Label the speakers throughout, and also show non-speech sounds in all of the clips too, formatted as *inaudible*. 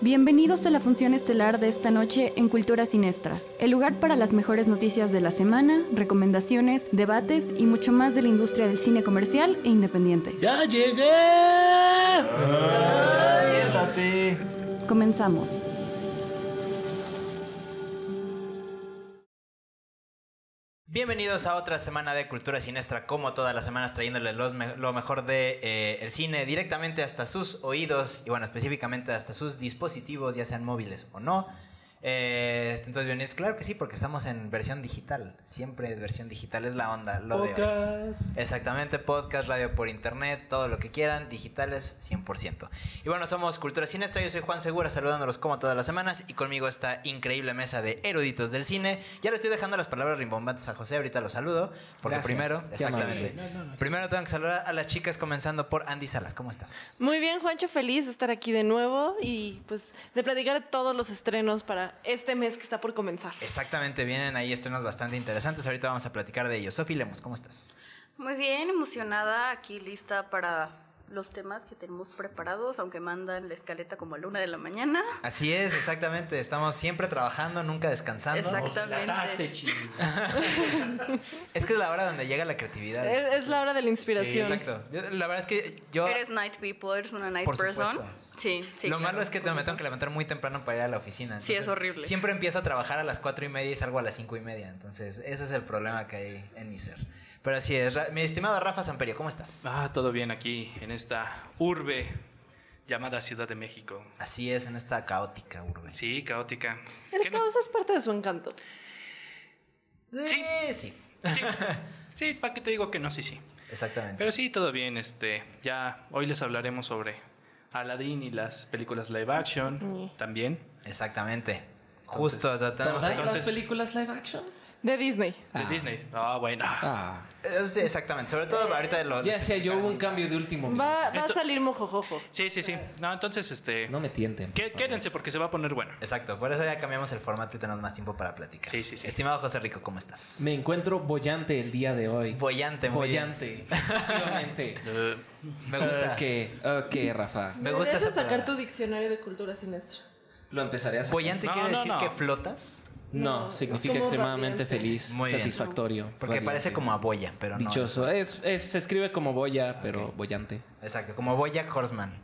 Speaker 1: Bienvenidos a la función estelar de esta noche en Cultura Sinestra, el lugar para las mejores noticias de la semana, recomendaciones, debates y mucho más de la industria del cine comercial e independiente.
Speaker 2: ¡Ya llegué!
Speaker 3: Siéntate.
Speaker 1: Comenzamos.
Speaker 4: Bienvenidos a otra semana de Cultura Siniestra, como todas las semanas trayéndole los me- lo mejor de eh, el cine directamente hasta sus oídos y bueno, específicamente hasta sus dispositivos, ya sean móviles o no. Eh, este, entonces, bien, es claro que sí, porque estamos en versión digital. Siempre versión digital es la onda,
Speaker 5: Oh,
Speaker 4: lo de hoy. Exactamente, podcast, radio por internet, todo lo que quieran, digitales 100%. Y bueno, somos Cultura Siniestra, yo soy Juan Segura, saludándolos como todas las semanas y conmigo esta increíble mesa de eruditos del cine. Ya le estoy dejando las palabras rimbombantes a José, ahorita lo saludo, porque
Speaker 2: Gracias.
Speaker 4: primero,
Speaker 2: Qué
Speaker 4: exactamente, primero tengo que saludar a las chicas comenzando por Andy Salas, ¿cómo estás?
Speaker 6: Muy bien, Juancho, feliz de estar aquí de nuevo y pues de platicar todos los estrenos para este mes que está por comenzar.
Speaker 4: Exactamente, vienen ahí estrenos bastante interesantes, ahorita vamos a platicar de ellos. Sofi Lemos, ¿cómo estás?
Speaker 7: Muy bien, emocionada, aquí lista para los temas que tenemos preparados, aunque mandan la escaleta como a la una de la mañana.
Speaker 4: Así es, exactamente, estamos siempre trabajando, nunca descansando.
Speaker 7: Exactamente.
Speaker 4: Es que es la hora donde llega la creatividad.
Speaker 6: Es, es la hora de la
Speaker 4: Sí,
Speaker 6: inspiración.
Speaker 4: Eh, exacto. Yo- la verdad es que yo.
Speaker 7: Eres night people, eres una night
Speaker 4: Ah. Por
Speaker 7: person.
Speaker 4: supuesto.
Speaker 7: Sí, sí.
Speaker 4: lo
Speaker 7: claro,
Speaker 4: malo es que
Speaker 7: por
Speaker 4: me tengo que
Speaker 7: supuesto.
Speaker 4: levantar muy temprano para ir a la oficina.
Speaker 7: Sí, es
Speaker 4: entonces,
Speaker 7: horrible.
Speaker 4: Siempre empiezo a trabajar a las cuatro y media y salgo a las cinco y media. Entonces, ese es el problema que hay en mi ser. Pero así es. Ra- Mi estimado Rafa Samperio, ¿cómo estás?
Speaker 5: Ah, todo bien aquí, en esta urbe llamada Ciudad de México.
Speaker 4: Así es, en esta caótica urbe.
Speaker 5: Sí, caótica.
Speaker 6: El
Speaker 5: ¿Qué nos-
Speaker 6: caos es parte de su encanto.
Speaker 4: Sí, sí.
Speaker 5: Sí, sí ¿para qué te digo que no? Sí, sí.
Speaker 4: Exactamente.
Speaker 5: Pero sí, todo bien, este, ya hoy les hablaremos sobre Aladdin y las películas live action también.
Speaker 4: Exactamente. Justo, tratamos
Speaker 5: ¿Todas
Speaker 4: ahí.
Speaker 5: las
Speaker 2: películas live action?
Speaker 6: De Disney.
Speaker 5: De Disney. Ah, bueno.
Speaker 2: Ah.
Speaker 4: Eh, sí, exactamente. Sobre todo ahorita de los.
Speaker 2: Ya sé, yo hubo un cambio de último. minuto.
Speaker 6: Va, va a
Speaker 5: Ento-
Speaker 6: salir mojojojo.
Speaker 5: Sí, sí, sí. No, entonces, este,
Speaker 2: No me tienten. por
Speaker 5: qué-
Speaker 2: favor.
Speaker 5: quédense porque se va a poner bueno.
Speaker 4: Exacto, por eso ya cambiamos el formato y tenemos más tiempo para platicar.
Speaker 5: Sí, sí, sí.
Speaker 4: Estimado José Rico, ¿cómo estás?
Speaker 2: Me encuentro bollante el día de hoy.
Speaker 4: Boyante, muy bien. *laughs*
Speaker 2: Bollante, efectivamente.
Speaker 5: Eh,
Speaker 4: Me gusta.
Speaker 2: Ok, ok, Rafa.
Speaker 4: Me gusta
Speaker 6: Deberías
Speaker 4: esa
Speaker 6: de sacar
Speaker 4: palabra.
Speaker 6: tu diccionario de cultura siniestra.
Speaker 2: Lo empezaré a hacer.
Speaker 4: Boyante
Speaker 5: No,
Speaker 4: quiere
Speaker 5: no,
Speaker 4: decir
Speaker 5: no.
Speaker 4: que flotas.
Speaker 2: No,
Speaker 6: No,
Speaker 2: significa
Speaker 6: como
Speaker 2: extremadamente
Speaker 6: radiante.
Speaker 2: feliz,
Speaker 4: Muy bien.
Speaker 2: satisfactorio.
Speaker 4: Porque
Speaker 2: radiante,
Speaker 4: parece como a boya, pero no.
Speaker 2: Dichoso. Es, es- se escribe como boya, pero bollante.
Speaker 4: Exacto, como Boya Horseman.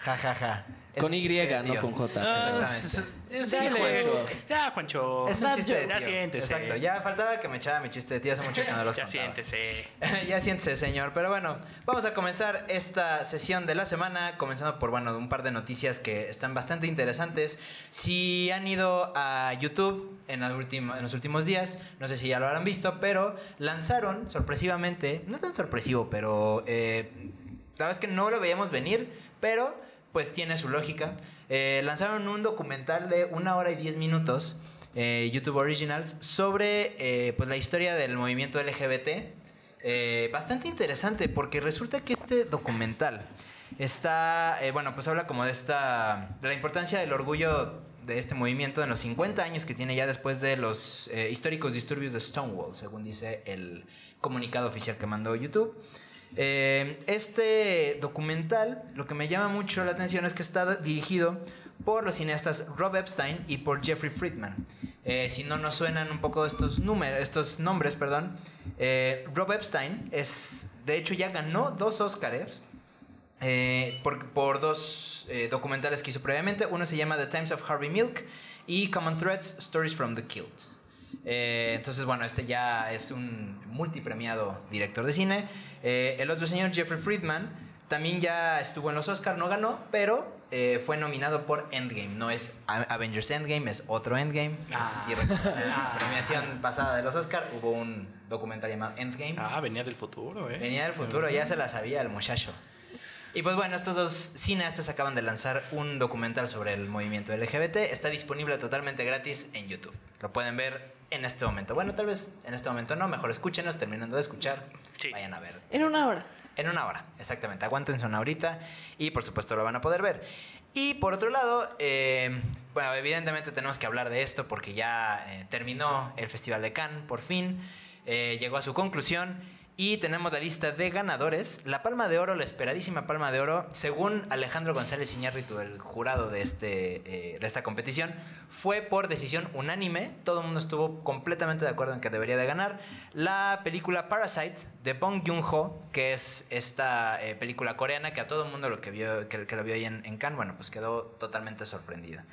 Speaker 4: Ja, ja, ja. Es
Speaker 2: Con
Speaker 4: un
Speaker 2: Y,
Speaker 4: chiste de
Speaker 2: no
Speaker 4: tío.
Speaker 2: con J.
Speaker 5: ah,
Speaker 4: Exactamente.
Speaker 5: s-
Speaker 6: Dale,
Speaker 5: dale.
Speaker 2: Juancho.
Speaker 5: Ya, Juancho.
Speaker 4: Es un
Speaker 6: Bad
Speaker 4: chiste de
Speaker 6: joke.
Speaker 4: tío.
Speaker 5: Ya siéntese.
Speaker 4: Exacto, ya faltaba que me echara mi chiste de tío hace mucho que no los
Speaker 5: *laughs* Ya
Speaker 4: contaba.
Speaker 5: siéntese.
Speaker 4: *laughs* ya siéntese, señor. Pero bueno, vamos a comenzar esta sesión de la semana, comenzando por, bueno, un par de noticias que están bastante interesantes. Si han ido a YouTube en, la última- en los últimos días, no sé si ya lo habrán visto, pero lanzaron sorpresivamente, no tan sorpresivo, pero eh, la verdad es que no lo veíamos venir, pero pues tiene su lógica. Eh, lanzaron un documental de una hora y diez minutos, eh, YouTube Originals, sobre eh, pues la historia del movimiento LGBT. Eh, bastante interesante porque resulta que este documental está, eh, bueno, pues habla como de esta, de la importancia del orgullo de este movimiento en los 50 años que tiene ya después de los eh, históricos disturbios de Stonewall, según dice el comunicado oficial que mandó YouTube. Eh, este documental, lo que me llama mucho la atención es que está dirigido por los cineastas Rob Epstein y por Jeffrey Friedman. Eh, si no nos suenan un poco estos, números, estos nombres, perdón, eh, Rob Epstein es, de hecho, ya ganó dos Oscars eh, por, por dos eh, documentales que hizo previamente. Uno se llama The Times of Harvey Milk y Common Threads, Stories from the Kilt. Eh, entonces, bueno, este ya es un multipremiado director de cine. Eh, el otro señor, Jeffrey Friedman, también ya estuvo en los Oscars, no ganó, pero eh, fue nominado por Endgame. No es A- Avengers Endgame, es otro Endgame.
Speaker 5: Ah.
Speaker 4: Es cierto. En la premiación pasada de los Oscars hubo un documental llamado Endgame.
Speaker 5: Ah, venía del futuro, eh.
Speaker 4: Venía del futuro, ya se la sabía el muchacho. Y pues bueno, estos dos cineastas acaban de lanzar un documental sobre el movimiento LGBT. Está disponible totalmente gratis en YouTube. Lo pueden ver en este momento. Bueno, tal vez en este momento no, mejor escúchenos terminando de escuchar.
Speaker 5: Sí.
Speaker 4: Vayan a ver.
Speaker 6: En una hora.
Speaker 4: En una hora, exactamente. Aguántense una horita y por supuesto lo van a poder ver. Y por otro lado, eh, bueno, evidentemente tenemos que hablar de esto porque ya eh, terminó el Festival de Cannes, por fin. Eh, llegó a su conclusión. Y tenemos la lista de ganadores. La Palma de Oro, la esperadísima Palma de Oro, según Alejandro González Iñárritu, el jurado de, este, eh, de esta competición, fue por decisión unánime. Todo el mundo estuvo completamente de acuerdo en que debería de ganar. La película Parasite de Bong Joon-ho, que es esta eh, película coreana que a todo el mundo lo que, vio, que, que lo vio ahí en, en Cannes, bueno, pues quedó totalmente sorprendida.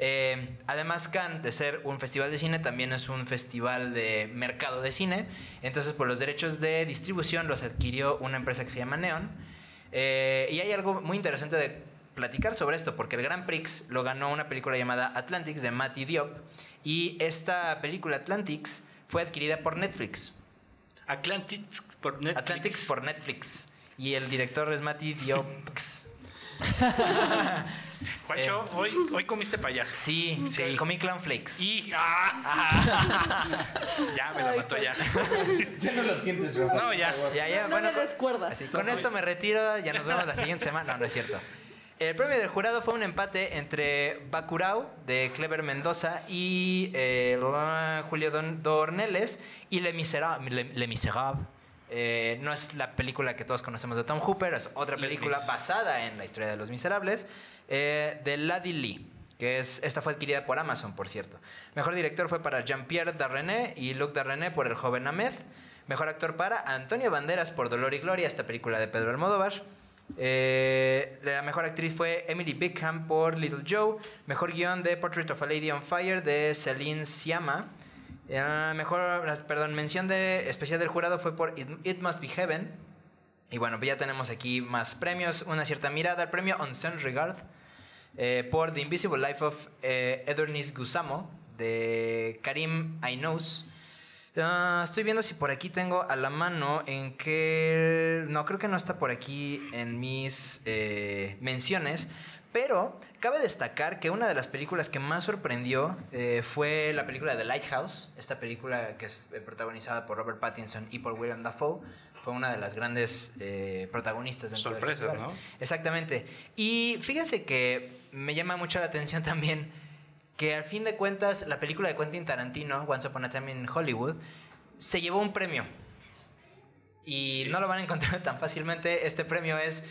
Speaker 4: Eh, además, Cannes, de ser un festival de cine, también es un festival de mercado de cine. Entonces, por los derechos de distribución los adquirió una empresa que se llama Neon. Eh, y hay algo muy interesante de platicar sobre esto, porque el Grand Prix lo ganó una película llamada Atlantics de Matty Diop. Y esta película, Atlantics, fue adquirida por Netflix.
Speaker 5: Atlantics por Netflix.
Speaker 4: Atlantics por Netflix. Y el director es Matty
Speaker 5: *laughs*
Speaker 4: Diop.
Speaker 5: Juancho,
Speaker 4: Eh.
Speaker 5: hoy, hoy comiste payaso.
Speaker 4: Sí,
Speaker 5: Sí.
Speaker 4: comí Clan Flakes.
Speaker 5: Y. ¡ah! *laughs* ya me la mató ya.
Speaker 2: *laughs* Ya no lo tientes, Rafa.
Speaker 5: No, ya.
Speaker 4: Ya, ya,
Speaker 6: No
Speaker 4: bueno,
Speaker 6: me
Speaker 4: con-
Speaker 6: descuerdas.
Speaker 4: así, con esto me retiro, ya nos vemos la siguiente semana. No, no es cierto. El premio del jurado fue un empate entre Bacurau de Clever Mendoza y eh, Julio Don- Dorneles y Le Miserable. Le, Le Miserable. Eh, no es la película que todos conocemos de Tom Hooper, es otra
Speaker 5: Les
Speaker 4: película
Speaker 5: Mis.
Speaker 4: basada en la historia de Los Miserables eh, de Lady Lee, que es, esta fue adquirida por Amazon, por cierto. Mejor director fue para Jean-Pierre Darrené y Luc Darrené por El joven Ahmed. Mejor actor para Antonio Banderas por Dolor y Gloria, esta película de Pedro Almodóvar. Eh, la mejor actriz fue Emily Bickham por Little Joe. Mejor guión de Portrait of a Lady on Fire de Celine Siama. Eh, mejor, las- perdón, mención de especial del jurado fue por It, It Must Be Heaven. Y bueno, pues ya tenemos aquí más premios. Una cierta mirada. El premio Unseen Regard eh, por The Invisible Life of eh, Edonis Gusamo de Karim Ainous. Ah, estoy viendo si por aquí tengo a la mano en que... No, creo que no está por aquí en mis eh, menciones. Pero cabe destacar que una de las películas que más sorprendió eh, fue la película The Lighthouse. Esta película que es eh, protagonizada por Robert Pattinson y por William Dafoe. Fue una de las grandes eh, protagonistas dentro del
Speaker 5: Sorpresas,
Speaker 4: festival.
Speaker 5: ¿no?
Speaker 4: Exactamente. Y fíjense que me llama mucho la atención *laughs* también que al fin de cuentas la película de Quentin Tarantino, Once Upon a Time in Hollywood, se llevó un premio. Y no lo van a encontrar *laughs* tan fácilmente. Este premio es...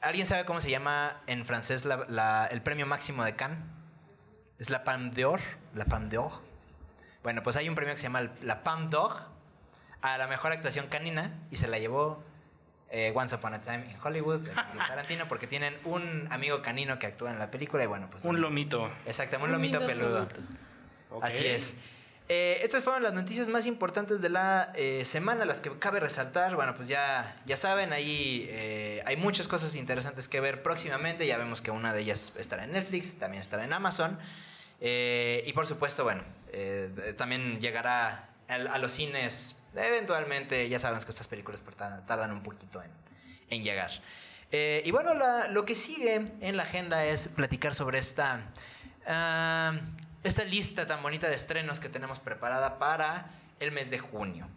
Speaker 4: ¿Alguien sabe cómo se llama en francés la- la- el premio máximo de Cannes? Es la Palme d'Or. La Palme d'Or. Bueno, pues hay un premio que se llama el- la Palme d'Or a la mejor actuación canina y se la llevó eh, Once Upon a Time in Hollywood de Quentin Tarantino porque tienen un amigo canino que actúa en la película y bueno, pues...
Speaker 5: Un lomito.
Speaker 4: Exactamente, un lomito peludo.
Speaker 5: Ok.
Speaker 4: Así es. Eh, estas fueron las noticias más importantes de la eh, semana, las que cabe resaltar. Bueno, pues ya, ya saben, ahí eh, hay muchas cosas interesantes que ver próximamente. Ya vemos que una de ellas estará en Netflix, también estará en Amazon. Eh, y por supuesto, bueno, eh, eh, también llegará al- a los cines eventualmente. Ya sabemos que estas películas pues, tardan tardan un poquito en, en llegar. Eh, y bueno, la- lo que sigue en la agenda es platicar sobre esta, ah, esta lista tan bonita de estrenos que tenemos preparada para el mes de junio.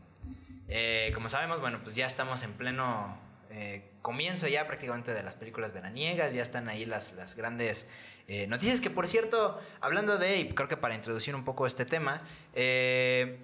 Speaker 4: Eh, como sabemos, bueno, pues ya estamos en pleno eh, comienzo ya prácticamente de las películas veraniegas, ya están ahí las, las grandes eh, noticias que por cierto, hablando de, y creo que para introducir un poco este tema, eh,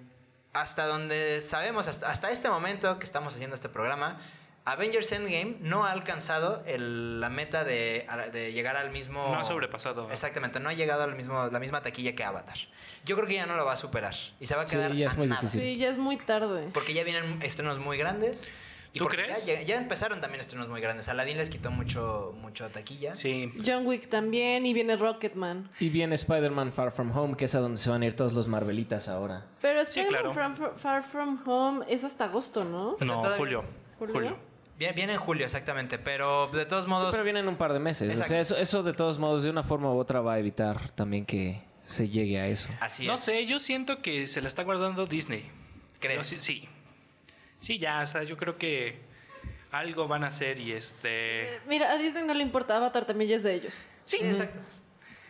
Speaker 4: hasta donde sabemos, hasta, hasta este momento que estamos haciendo este programa, Avengers Endgame no ha alcanzado el- la meta de, de llegar al mismo...
Speaker 5: No ha sobrepasado.
Speaker 4: Exactamente, no ha llegado al mismo, la misma taquilla que Avatar. Yo creo que ya no lo va a superar y se va a
Speaker 2: Sí,
Speaker 4: quedar
Speaker 2: ya es
Speaker 4: a
Speaker 2: muy
Speaker 4: nada.
Speaker 2: difícil.
Speaker 6: Sí, ya es muy tarde.
Speaker 4: Porque ya vienen estrenos muy grandes. Y
Speaker 5: ¿Tú
Speaker 4: porque
Speaker 5: crees?
Speaker 4: Ya, ya empezaron también estrenos muy grandes. Aladdin les quitó mucho, mucho taquilla.
Speaker 5: Sí.
Speaker 6: John Wick también y viene Rocketman.
Speaker 2: Y viene Spider-Man Far From Home, que es a donde se van a ir todos los Marvelitas ahora.
Speaker 6: Pero
Speaker 5: Sí,
Speaker 6: Spider-Man
Speaker 5: claro.
Speaker 6: Far From- Far From Home es hasta agosto, ¿no?
Speaker 4: sea,
Speaker 5: No,
Speaker 4: todavía-
Speaker 5: Julio.
Speaker 6: ¿Julio?
Speaker 5: Julio.
Speaker 4: Viene, viene en julio, exactamente. Pero de todos
Speaker 2: Sí,
Speaker 4: modos.
Speaker 2: pero vienen un par de meses.
Speaker 4: Exacto.
Speaker 2: O sea, eso, eso de todos modos, de una forma u otra, va a evitar también que se llegue a eso.
Speaker 6: Ah,
Speaker 4: Así
Speaker 5: No
Speaker 4: es.
Speaker 5: sé, yo siento que se la está guardando Disney. Yo
Speaker 4: ¿Crees?
Speaker 5: sí, sí. Sí, ya, o sea, yo creo que algo van a hacer y este.
Speaker 6: Mira, a Disney no le importa, Avatar también ya es de ellos.
Speaker 5: Sí,
Speaker 4: Exacto.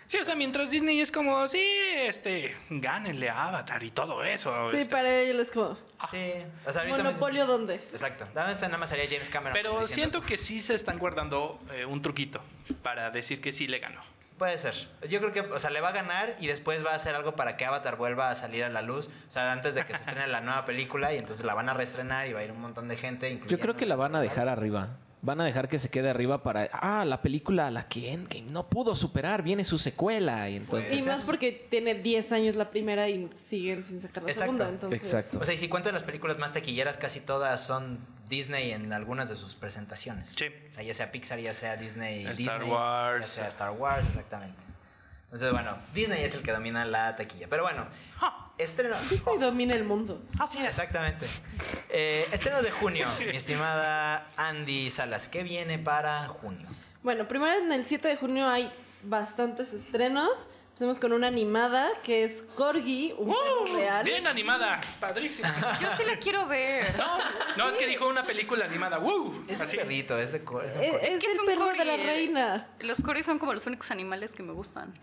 Speaker 5: Sí, o sea, mientras Disney es como, sí, este, gánenle a Avatar y todo
Speaker 4: Oh,
Speaker 5: eso.
Speaker 6: Sí,
Speaker 5: este,
Speaker 6: para ellos es como,
Speaker 5: Ah.
Speaker 4: Sí. O sea, ahorita.
Speaker 6: ¿monopolio dónde?
Speaker 4: Exacto. Nada más, nada más haría James Cameron.
Speaker 5: Pero
Speaker 4: diciendo,
Speaker 5: siento que sí se están guardando eh, un truquito para decir que sí le ganó.
Speaker 4: Puede ser. Yo creo que, o sea, le va a ganar y después va a hacer algo para que Avatar vuelva a salir a la luz. O sea, antes de que se estrene la nueva película y entonces la van a reestrenar y va a ir un montón de gente.
Speaker 2: Yo creo
Speaker 4: incluyendo-
Speaker 2: que la van a dejar arriba. Van a dejar que se quede arriba para. Ah, la película a la que Endgame no pudo superar, viene su secuela. Y entonces.
Speaker 6: Y más porque tiene 10 años la primera y siguen sin sacar la
Speaker 4: Exacto.
Speaker 6: segunda. Entonces,
Speaker 2: Exacto.
Speaker 4: O sea, y si cuentas las películas más taquilleras, casi todas son Disney en algunas de sus presentaciones.
Speaker 5: Sí.
Speaker 4: O sea, ya sea Pixar, ya sea Disney,
Speaker 5: Star
Speaker 4: Disney,
Speaker 5: Wars.
Speaker 4: ya sea Star Wars, exactamente. Entonces, bueno, Disney es el que domina la taquilla. Pero bueno, estreno. Oh,
Speaker 6: Disney domina el mundo.
Speaker 4: Exactamente. Eh, estrenos de junio, mi estimada Andy Salas. ¿Qué viene para junio?
Speaker 6: Bueno, primero en el 7 de junio hay bastantes estrenos. Empecemos con una animada que es Corgi, un perro
Speaker 5: ¡Uh!
Speaker 6: real.
Speaker 5: Bien animada, padrísima.
Speaker 7: Yo
Speaker 4: *laughs*
Speaker 7: sí la quiero ver.
Speaker 5: *laughs* No, es que dijo una película animada. ¡Wow!
Speaker 4: Es
Speaker 5: Así.
Speaker 4: de perrito, es de cor- es
Speaker 6: Es,
Speaker 4: de cor-
Speaker 6: Eh, es
Speaker 7: que es
Speaker 6: el
Speaker 7: un
Speaker 6: perro
Speaker 7: corgi,
Speaker 6: de la
Speaker 7: eh.
Speaker 6: reina.
Speaker 7: Los corgis son como los únicos animales que me gustan.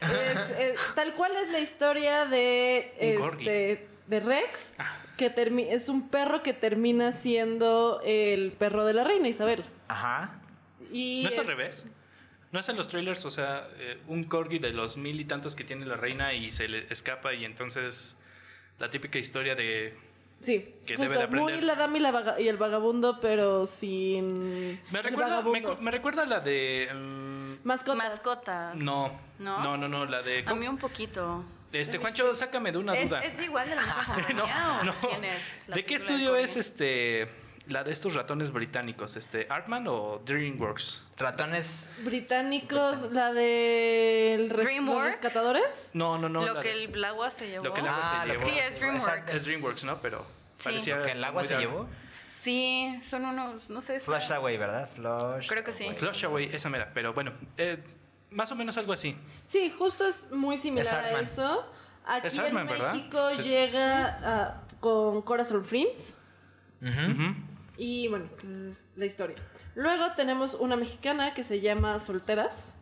Speaker 6: Es, eh, tal cual es la historia de,
Speaker 5: Un corgi. Ah.
Speaker 6: este, de Rex, que termi- es un perro que termina siendo el perro de la reina Isabel.
Speaker 4: Ajá.
Speaker 6: Y
Speaker 5: ¿No es al
Speaker 6: es-
Speaker 5: revés? ¿No es en los trailers? O sea, eh, un corgi de los mil y tantos que tiene la reina y se le escapa y entonces la típica historia de...
Speaker 6: Sí,
Speaker 5: Que
Speaker 6: justo,
Speaker 5: debe de aprender.
Speaker 6: muy la dama y, la vaga- y el vagabundo, pero sin
Speaker 5: Me
Speaker 6: el
Speaker 5: recuerda, me,
Speaker 6: vagabundo.
Speaker 5: co- me recuerda la de... mm,
Speaker 6: Mascotas.
Speaker 7: Mascotas.
Speaker 5: no,
Speaker 7: ¿No?
Speaker 5: no, no, no, la de...
Speaker 7: A mí un poquito.
Speaker 5: Este, Juancho, sácame de una
Speaker 7: ¿Es,
Speaker 5: duda.
Speaker 7: es igual de
Speaker 5: *laughs*
Speaker 7: la misma compañía
Speaker 5: no,
Speaker 7: o
Speaker 5: no.
Speaker 7: quién es la
Speaker 5: ¿De qué
Speaker 7: película de
Speaker 5: estudio
Speaker 7: Corgi?
Speaker 5: es este la de estos ratones británicos? Este, ¿Artman o DreamWorks?
Speaker 4: Ratones.
Speaker 6: Británicos, la de el res- los
Speaker 7: DreamWorks.
Speaker 6: rescatadores.
Speaker 5: No, no, no.
Speaker 7: Lo
Speaker 5: la
Speaker 7: que
Speaker 5: de-
Speaker 7: el agua se llevó.
Speaker 5: Lo que el agua se
Speaker 4: Ah, lo
Speaker 5: llevó.
Speaker 7: Sí,
Speaker 4: se
Speaker 7: es
Speaker 4: llevó.
Speaker 7: DreamWorks.
Speaker 4: Exacto.
Speaker 5: Es DreamWorks, ¿no? Pero parecía...
Speaker 4: Lo que el agua
Speaker 5: muy
Speaker 4: se
Speaker 5: dark.
Speaker 4: llevó.
Speaker 7: Sí, son unos, no sé.
Speaker 4: Flash
Speaker 7: está-
Speaker 4: Away, ¿verdad? Flash.
Speaker 7: Creo que sí.
Speaker 4: Away.
Speaker 5: Flush Away, esa mera. Pero bueno, eh, más o menos algo así.
Speaker 6: Sí, justo es muy similar
Speaker 4: Es
Speaker 6: a
Speaker 4: Artman.
Speaker 6: eso. Aquí
Speaker 5: Es Artman,
Speaker 6: en
Speaker 5: ¿verdad?
Speaker 6: México
Speaker 5: Sí.
Speaker 6: llega ah, con Corazón Films
Speaker 4: Ujú.
Speaker 5: Ujú.
Speaker 6: y bueno, pues es la historia. Luego tenemos una mexicana que se llama Solteras,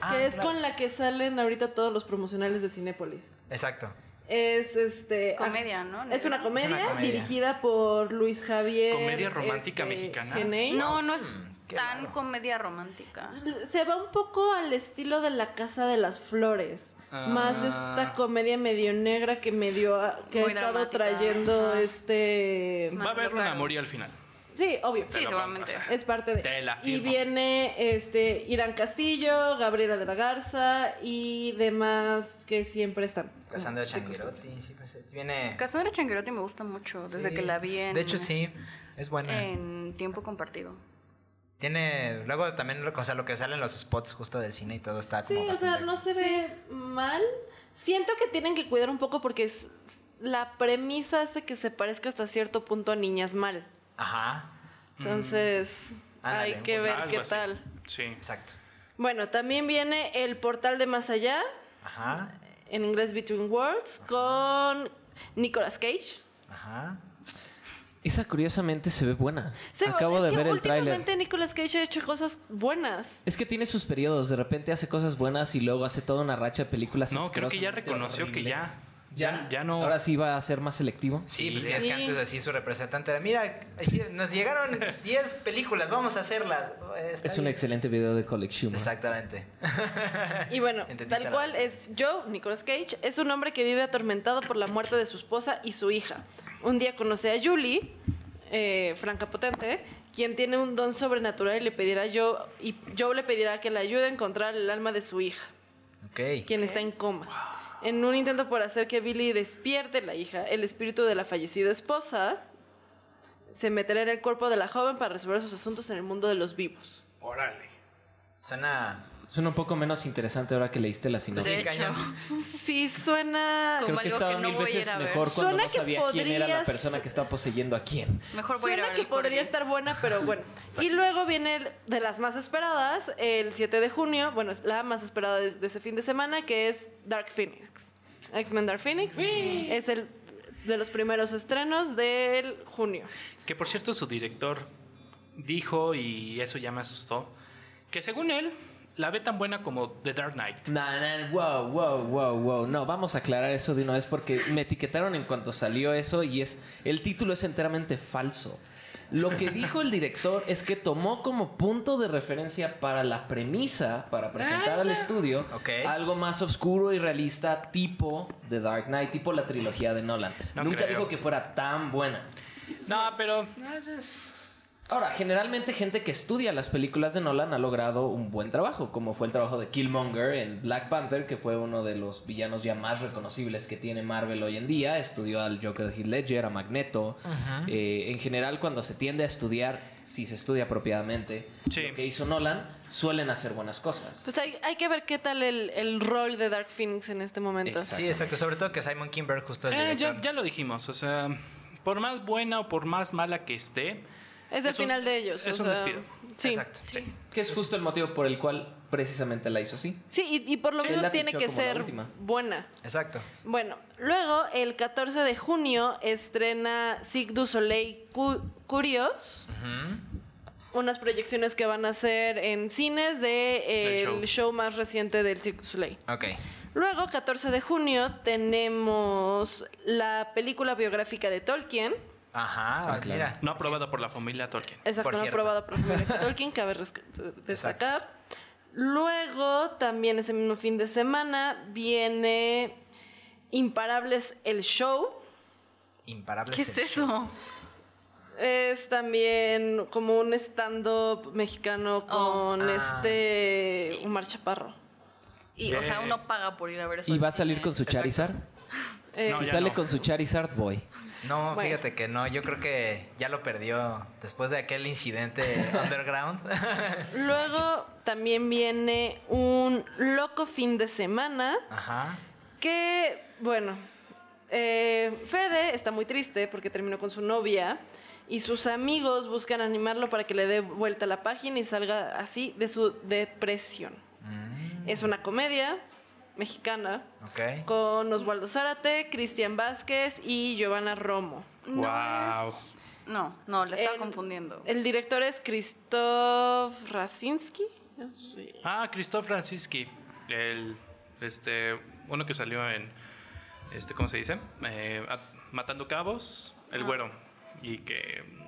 Speaker 4: Ah,
Speaker 6: que es
Speaker 4: claro.
Speaker 6: con la que salen ahorita todos los promocionales de Cinépolis.
Speaker 4: Exacto.
Speaker 6: Es este ah,
Speaker 7: Comedia, ¿no?
Speaker 6: Es una comedia,
Speaker 4: comedia.
Speaker 6: dirigida por Luis Javier. este,
Speaker 5: Comedia romántica mexicana.
Speaker 6: Genei.
Speaker 7: No, no es
Speaker 4: Mm, qué
Speaker 7: tan
Speaker 4: raro.
Speaker 7: comedia romántica.
Speaker 6: Se va un poco al estilo de La Casa de las Flores.
Speaker 5: Ah.
Speaker 6: Más esta comedia medio negra que medio ha- que ha
Speaker 7: Muy
Speaker 6: estado
Speaker 7: dramática.
Speaker 6: trayendo
Speaker 7: Ajá.
Speaker 6: este.
Speaker 7: Ma-
Speaker 5: Va a haber
Speaker 7: Manolo
Speaker 5: un
Speaker 7: Caro.
Speaker 5: amorío al final.
Speaker 6: Sí, obvio.
Speaker 7: Sí,
Speaker 5: lo
Speaker 7: seguramente.
Speaker 5: pongo,
Speaker 6: Es parte de.
Speaker 5: Te la
Speaker 6: y
Speaker 5: firmo.
Speaker 6: viene este Irán Castillo, Gabriela de la Garza y demás que siempre están.
Speaker 4: Cassandra Changirotti. Sí, pues, tiene.
Speaker 7: Cassandra Changuerotti me gusta mucho, desde
Speaker 4: sí.
Speaker 7: que la vi en...
Speaker 4: De hecho, sí. Es buena.
Speaker 7: En tiempo compartido.
Speaker 4: Tiene. Luego también lo, o sea, lo que sale en los spots justo del cine y todo está
Speaker 6: Sí,
Speaker 4: como.
Speaker 6: o sea,
Speaker 4: bastante-
Speaker 6: no se ve mal. Siento que tienen que cuidar un poco porque es- la premisa hace que se parezca hasta cierto punto a niñas mal.
Speaker 4: Ajá.
Speaker 6: Entonces,
Speaker 4: Mm. Ándale,
Speaker 6: hay que ver
Speaker 5: Algo
Speaker 6: qué
Speaker 5: así.
Speaker 6: tal.
Speaker 5: Sí.
Speaker 4: Exacto.
Speaker 6: Bueno, también viene el portal de más allá,
Speaker 4: Ajá.
Speaker 6: en inglés Between Worlds, con Nicolas Cage.
Speaker 4: Ajá.
Speaker 2: Esa curiosamente se ve buena.
Speaker 6: Se-
Speaker 2: Acabo
Speaker 6: es
Speaker 2: de
Speaker 6: que
Speaker 2: ver el tráiler.
Speaker 6: Últimamente Nicolas Cage ha hecho cosas buenas.
Speaker 2: Es que tiene sus periodos, de repente hace cosas buenas y luego hace toda una racha de películas.
Speaker 5: No, creo que ya reconoció que ya. Ya, ya no.
Speaker 2: Ahora sí va a ser más selectivo.
Speaker 4: Sí, pues
Speaker 5: Sí.
Speaker 4: es que antes así su representante era. Mira, sí, nos llegaron 10 películas, vamos a hacerlas. Oh, está
Speaker 2: Es un
Speaker 4: bien.
Speaker 2: excelente video de College Humor.
Speaker 4: Exactamente.
Speaker 6: Y bueno,
Speaker 4: *laughs* Entendiste
Speaker 6: tal
Speaker 4: la
Speaker 6: cual es Joe, Nicolas Cage, es un hombre que vive atormentado por la muerte de su esposa y su hija. Un día conoce a Julie, eh, Franca Potente, quien tiene un don sobrenatural y le pedirá a Joe, y Joe le pedirá que le ayude a encontrar el alma de su hija,
Speaker 4: Ok.
Speaker 6: quien está en coma. En un intento por hacer que Billy despierte la hija, el espíritu de la fallecida esposa se meterá en el cuerpo de la joven para resolver sus asuntos en el mundo de los vivos.
Speaker 5: Órale.
Speaker 4: Suena.
Speaker 2: Suena un poco menos interesante ahora que leíste la sinopsis.
Speaker 7: De
Speaker 4: Sí,
Speaker 7: hecho.
Speaker 4: cañón.
Speaker 6: Sí, suena...
Speaker 2: Creo
Speaker 7: Como
Speaker 2: que
Speaker 7: algo
Speaker 2: estaba
Speaker 7: que no
Speaker 2: mil
Speaker 7: voy a
Speaker 2: veces
Speaker 7: ir a ver.
Speaker 2: mejor cuando
Speaker 6: Suena
Speaker 2: no
Speaker 6: que
Speaker 2: sabía quién era la
Speaker 6: podrías-
Speaker 2: persona que estaba poseyendo a quién.
Speaker 7: Mejor voy a ir a
Speaker 6: Suena
Speaker 7: ver
Speaker 6: que
Speaker 7: el corgi.
Speaker 6: podría estar buena, pero bueno. y luego viene el- de las más esperadas, el 7 de junio, bueno, es la más esperada de, de ese fin de semana, que es Dark Phoenix. X-Men Dark Phoenix. Es el de los primeros estrenos del junio.
Speaker 5: Que por cierto, su director dijo, y eso ya me asustó, que según él, la ve tan buena como The Dark Knight.
Speaker 2: No, no, wow, wow, wow, wow. No, vamos a aclarar eso de una vez porque me etiquetaron en cuanto salió eso y es el título es enteramente falso. Lo que dijo el director es que tomó como punto de referencia para la premisa, para
Speaker 6: Ah,
Speaker 2: presentar al estudio,
Speaker 4: Ok.
Speaker 2: algo más oscuro y realista tipo The Dark Knight, tipo la trilogía de Nolan.
Speaker 5: No
Speaker 2: Nunca
Speaker 5: creo.
Speaker 2: dijo que fuera tan buena.
Speaker 5: No, pero
Speaker 2: Ahora, generalmente gente que estudia las películas de Nolan ha logrado un buen trabajo, como fue el trabajo de Killmonger en Black Panther, que fue uno de los villanos ya más reconocibles que tiene Marvel hoy en día. Estudió al Joker de Heath Ledger, a Magneto. Eh, en general, cuando se tiende a estudiar, si se estudia apropiadamente,
Speaker 5: Sí.
Speaker 2: lo que hizo Nolan, suelen hacer buenas cosas.
Speaker 6: Pues hay, hay que ver qué tal el, el rol de Dark Phoenix en este momento.
Speaker 2: Exacto.
Speaker 4: Sí, exacto. Sobre todo que Simon Kimber justo el
Speaker 5: eh, ya,
Speaker 4: director.
Speaker 5: ya lo dijimos, o sea, por más buena o por más mala que esté,
Speaker 6: Es el
Speaker 5: Es un-
Speaker 6: final de ellos.
Speaker 5: es
Speaker 6: o
Speaker 5: un
Speaker 6: sea,
Speaker 5: despido.
Speaker 6: Sí.
Speaker 4: Exacto.
Speaker 2: Que
Speaker 5: pues,
Speaker 2: es justo el motivo por el cual precisamente la hizo así.
Speaker 6: Sí, y, y por lo
Speaker 2: Sí,
Speaker 6: mismo
Speaker 2: la
Speaker 6: tiene
Speaker 2: pichó
Speaker 6: que
Speaker 2: como la
Speaker 6: ser
Speaker 2: última.
Speaker 6: buena.
Speaker 4: Exacto.
Speaker 6: Bueno, luego el 14 de junio estrena Sig du Soleil Cu- Curios. Unas proyecciones que van a ser en cines de eh,
Speaker 5: Del show.
Speaker 6: el show más reciente del Cirque du Soleil.
Speaker 4: Ok.
Speaker 6: Luego, 14 de junio, tenemos la película biográfica de Tolkien.
Speaker 4: Ajá,
Speaker 2: Ah, claro.
Speaker 4: mira.
Speaker 5: no aprobada por la familia Tolkien.
Speaker 6: Exacto,
Speaker 4: Por
Speaker 6: no
Speaker 4: cierto.
Speaker 6: aprobada por Jorge Tolkien, cabe resca- destacar. Luego, también ese mismo fin de semana, viene Imparables el Show.
Speaker 4: Imparable.
Speaker 7: ¿Qué es eso?
Speaker 6: Es también como un stand-up mexicano
Speaker 7: Oh.
Speaker 6: con
Speaker 4: Ah.
Speaker 6: este Omar Chaparro.
Speaker 7: Y, o sea,
Speaker 5: Ve.
Speaker 7: uno paga por ir a ver eso.
Speaker 2: Y
Speaker 7: al
Speaker 2: va a salir
Speaker 7: cine.
Speaker 2: con su Charizard.
Speaker 6: Eh,
Speaker 5: No,
Speaker 2: si
Speaker 5: ya
Speaker 2: sale
Speaker 5: no.
Speaker 2: con su Charizard, voy.
Speaker 4: No,
Speaker 6: Bueno.
Speaker 4: fíjate que no. Yo creo que ya lo perdió después de aquel incidente underground.
Speaker 6: Este, Luego también viene un loco fin de semana.
Speaker 4: Ajá.
Speaker 6: Que, bueno, eh, Fede está muy triste porque terminó con su novia y sus amigos buscan animarlo para que le dé vuelta a la página y salga así de su depresión.
Speaker 4: Mm,
Speaker 6: Es una comedia mexicana
Speaker 4: ok.
Speaker 6: con Oswaldo Zárate, Cristian Vázquez y Giovanna Romo.
Speaker 7: No
Speaker 5: Wow.
Speaker 7: es- No, no, la estaba
Speaker 6: El-
Speaker 7: confundiendo.
Speaker 6: El director es Krzysztof Racinski.
Speaker 5: Ah, Christoph Franciski, el, este, uno que salió en, este, ¿cómo se dice? Eh, a- Matando Cabos, El Güero, y que... mm,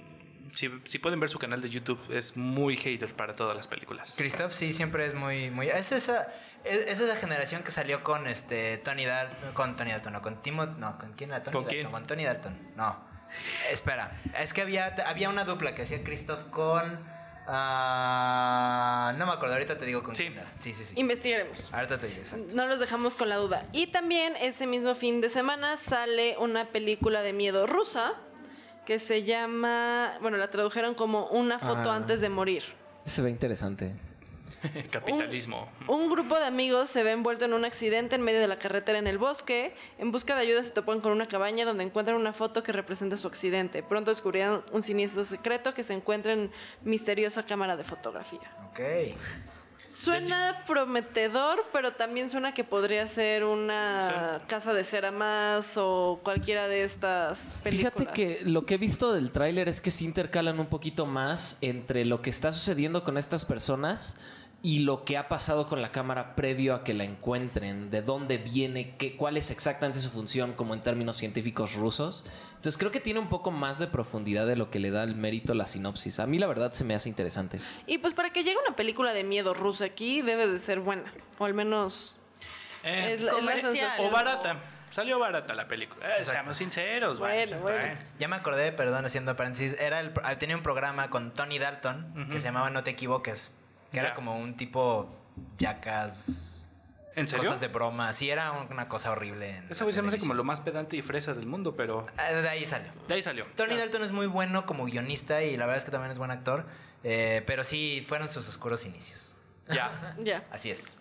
Speaker 5: Si, si pueden ver su canal de YouTube, es muy hater para todas las películas.
Speaker 4: Christoph sí siempre es muy, muy. Es esa, es, es esa generación que salió con este Tony Dalton, con Tony Dalton, no, con Timo, no, con quién era Tony
Speaker 5: ¿Con
Speaker 4: Dalton,
Speaker 5: quién?
Speaker 4: con Tony Dalton, no. Espera, es que había, había una dupla que hacía Christoph con, ah, no me acuerdo, ahorita te digo con
Speaker 5: Sí.
Speaker 4: quién era. Sí, sí, sí.
Speaker 6: Investigaremos.
Speaker 4: Ahorita te digo. exacto.
Speaker 6: No los dejamos con la duda. Y también ese mismo fin de semana sale una película de miedo rusa que se llama, bueno, la tradujeron como Una foto
Speaker 2: Ah.
Speaker 6: antes de morir.
Speaker 2: Se ve interesante.
Speaker 5: *laughs* Capitalismo.
Speaker 6: Un grupo de amigos se ve envuelto en un accidente en medio de la carretera en el bosque. En busca de ayuda se topan con una cabaña donde encuentran una foto que representa su accidente. Pronto descubrirán un siniestro secreto que se encuentra en misteriosa cámara de fotografía.
Speaker 4: Ok.
Speaker 6: Suena prometedor, pero también suena que podría ser una casa de cera más o cualquiera de estas películas.
Speaker 2: Fíjate que lo que he visto del tráiler es que se intercalan un poquito más entre lo que está sucediendo con estas personas y lo que ha pasado con la cámara previo a que la encuentren, de dónde viene, qué, cuál es exactamente su función como en términos científicos rusos. Entonces creo que tiene un poco más de profundidad de lo que le da el mérito a la sinopsis. A mí la verdad se me hace interesante.
Speaker 6: Y pues para que llegue una película de miedo rusa aquí debe de ser buena, o al menos
Speaker 5: Eh,
Speaker 6: es la, es la
Speaker 7: comercial.
Speaker 6: sensación.
Speaker 5: o barata. Salió barata la película. Eh,
Speaker 4: Exacto.
Speaker 5: seamos sinceros. Eh,
Speaker 6: Bueno,
Speaker 5: vaya,
Speaker 6: bueno.
Speaker 5: vaya.
Speaker 4: Ya me acordé, perdón, haciendo paréntesis, era el, pro- tenía un programa con Tony Dalton que
Speaker 5: Ujú.
Speaker 4: se llamaba No te equivoques, que era
Speaker 5: Ya.
Speaker 4: como un tipo jackass,
Speaker 5: ¿En serio?
Speaker 4: cosas de broma, sí era una cosa horrible. en
Speaker 5: Esa
Speaker 4: la
Speaker 5: güey se me hace como
Speaker 4: televisión.
Speaker 5: lo más pedante y fresa del mundo, pero
Speaker 4: Ah, De ahí salió.
Speaker 5: de ahí salió.
Speaker 4: Tony
Speaker 5: Ah,
Speaker 4: Dalton es muy bueno como guionista y la verdad es que también es buen actor, eh, pero sí fueron sus oscuros inicios. *laughs*
Speaker 5: Ya.
Speaker 6: Ya.
Speaker 4: Así es.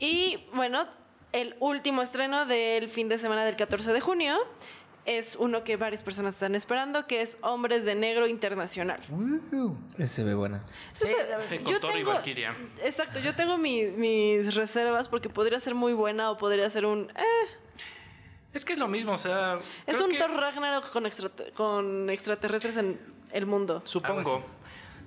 Speaker 6: Y bueno, el último estreno del fin de semana del 14 de junio es uno que varias personas están esperando, que es Hombres de Negro Internacional.
Speaker 2: Se ve buena.
Speaker 6: Entonces,
Speaker 5: Sí, con Thor y Valkyria.
Speaker 6: Exacto, yo tengo mi- mis reservas porque podría ser muy buena o podría ser un... eh,
Speaker 5: Es que es lo mismo, o sea.
Speaker 6: es
Speaker 5: creo
Speaker 6: un
Speaker 5: que-
Speaker 6: Thor Ragnarok con, extrate- con extraterrestres en el mundo.
Speaker 5: Supongo.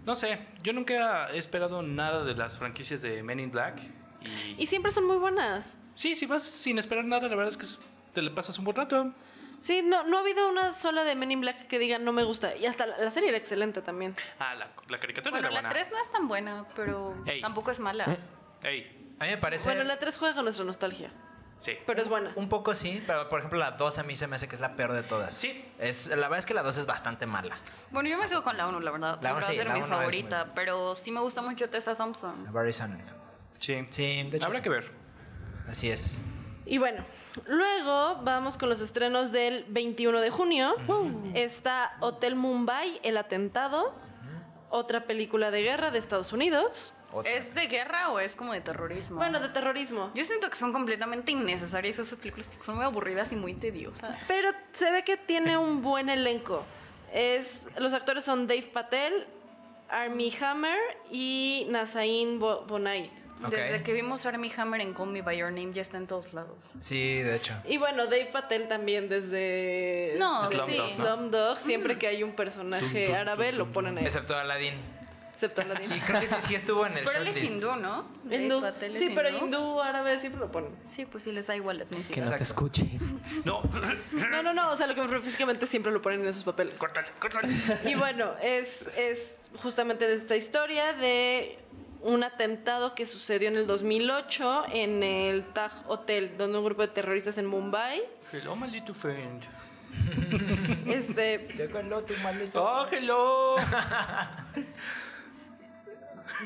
Speaker 5: No sé, yo nunca he esperado nada de las franquicias de Men in Black. Y,
Speaker 6: Y siempre son muy buenas.
Speaker 5: sí, si vas sin esperar nada, la verdad es que es- te le pasas un buen rato.
Speaker 6: Sí, no, no ha habido una sola de Men in Black que diga no me gusta. Y hasta la, la serie era excelente también.
Speaker 5: Ah, la, la caricatura
Speaker 7: Bueno,
Speaker 5: era
Speaker 7: la
Speaker 5: buena.
Speaker 7: 3 no es tan buena, pero
Speaker 5: Ey.
Speaker 7: tampoco es mala.
Speaker 4: ¿Eh?
Speaker 5: Ey,
Speaker 4: A mí me parece
Speaker 6: Bueno, la 3 juega con nuestra nostalgia,
Speaker 5: sí.
Speaker 6: pero es buena.
Speaker 4: un poco sí, pero por ejemplo la 2 a mí se me hace que es la peor de todas.
Speaker 5: Sí.
Speaker 4: Es, la verdad es que la 2 es bastante mala.
Speaker 7: Bueno, yo me quedo con la 1, la verdad.
Speaker 4: La uno
Speaker 7: Siempre va a
Speaker 4: sí,
Speaker 7: ser
Speaker 4: la
Speaker 7: mi
Speaker 4: uno es
Speaker 7: favorita,
Speaker 4: muy-
Speaker 7: pero sí me gusta mucho Tessa Thompson.
Speaker 4: Barry Sonic.
Speaker 5: Sí.
Speaker 4: Sí, de hecho
Speaker 5: Habrá
Speaker 4: sí.
Speaker 5: que ver.
Speaker 4: Así es.
Speaker 6: Y bueno, luego vamos con los estrenos del 21 de junio. Está Hotel Mumbai, El Atentado, otra película de guerra de Estados Unidos.
Speaker 4: Otra.
Speaker 7: ¿Es de guerra o es como de terrorismo?
Speaker 6: Bueno, de terrorismo.
Speaker 7: yo siento que son completamente innecesarias esas películas porque son muy aburridas y muy tediosas.
Speaker 6: Pero se ve que tiene un buen elenco. Es, los actores son Dave Patel, Armie Hammer y Nazain Bo- Bonai.
Speaker 4: Ok.
Speaker 7: Desde que vimos Army Hammer en Call Me By Your Name ya está en todos lados.
Speaker 4: Sí, de hecho.
Speaker 6: Y bueno, Dave Patel también desde
Speaker 7: No,
Speaker 6: desde
Speaker 5: Slumdog, ¿no?
Speaker 6: Slumdog, siempre que hay un personaje árabe lo ponen ahí,
Speaker 4: Excepto Aladdin.
Speaker 6: excepto Aladdin.
Speaker 4: Y creo que ese sí estuvo en el
Speaker 7: Pero él es
Speaker 4: shortlist.
Speaker 7: hindú, ¿no?
Speaker 6: Hindú.
Speaker 7: Dave Patel es
Speaker 6: Sí, pero hindú, árabe siempre lo ponen.
Speaker 7: Sí, pues sí, les da igual la
Speaker 2: Que
Speaker 7: etnicidad.
Speaker 2: no te
Speaker 4: Exacto.
Speaker 2: escuchen.
Speaker 5: No,
Speaker 6: No, no, no, o sea, lo que me refiero físicamente siempre lo ponen en esos papeles.
Speaker 5: córtale, córtale.
Speaker 6: Y bueno, es, es justamente de esta historia de un atentado que sucedió en el 2008 en el Taj Hotel, donde un grupo de terroristas en Mumbai,
Speaker 5: Hello, my little friend.
Speaker 6: este,
Speaker 4: Se coló tu maldito.
Speaker 5: Oh, hello.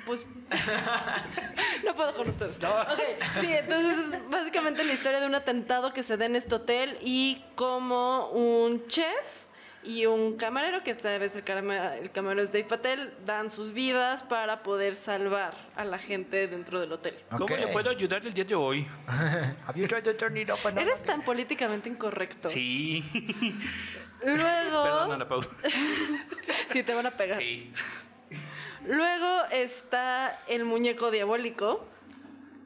Speaker 6: pues... *laughs* No puedo con ustedes. Ok, sí, entonces es básicamente la historia de un atentado que se da en este hotel y como un chef y un camarero, que esta vez el, carama- el camarero es Dave Patel, dan sus vidas para poder salvar a la gente dentro del hotel.
Speaker 5: ¿Cómo le puedo ayudar el día de hoy?
Speaker 4: *laughs* Have you tried to turn it off and
Speaker 6: Eres tan políticamente incorrecto.
Speaker 5: Sí.
Speaker 6: Luego.
Speaker 5: *laughs* Oh. Perdón, Ana Pau.
Speaker 6: Sí, te van a pegar.
Speaker 5: Sí.
Speaker 6: Luego está el muñeco diabólico.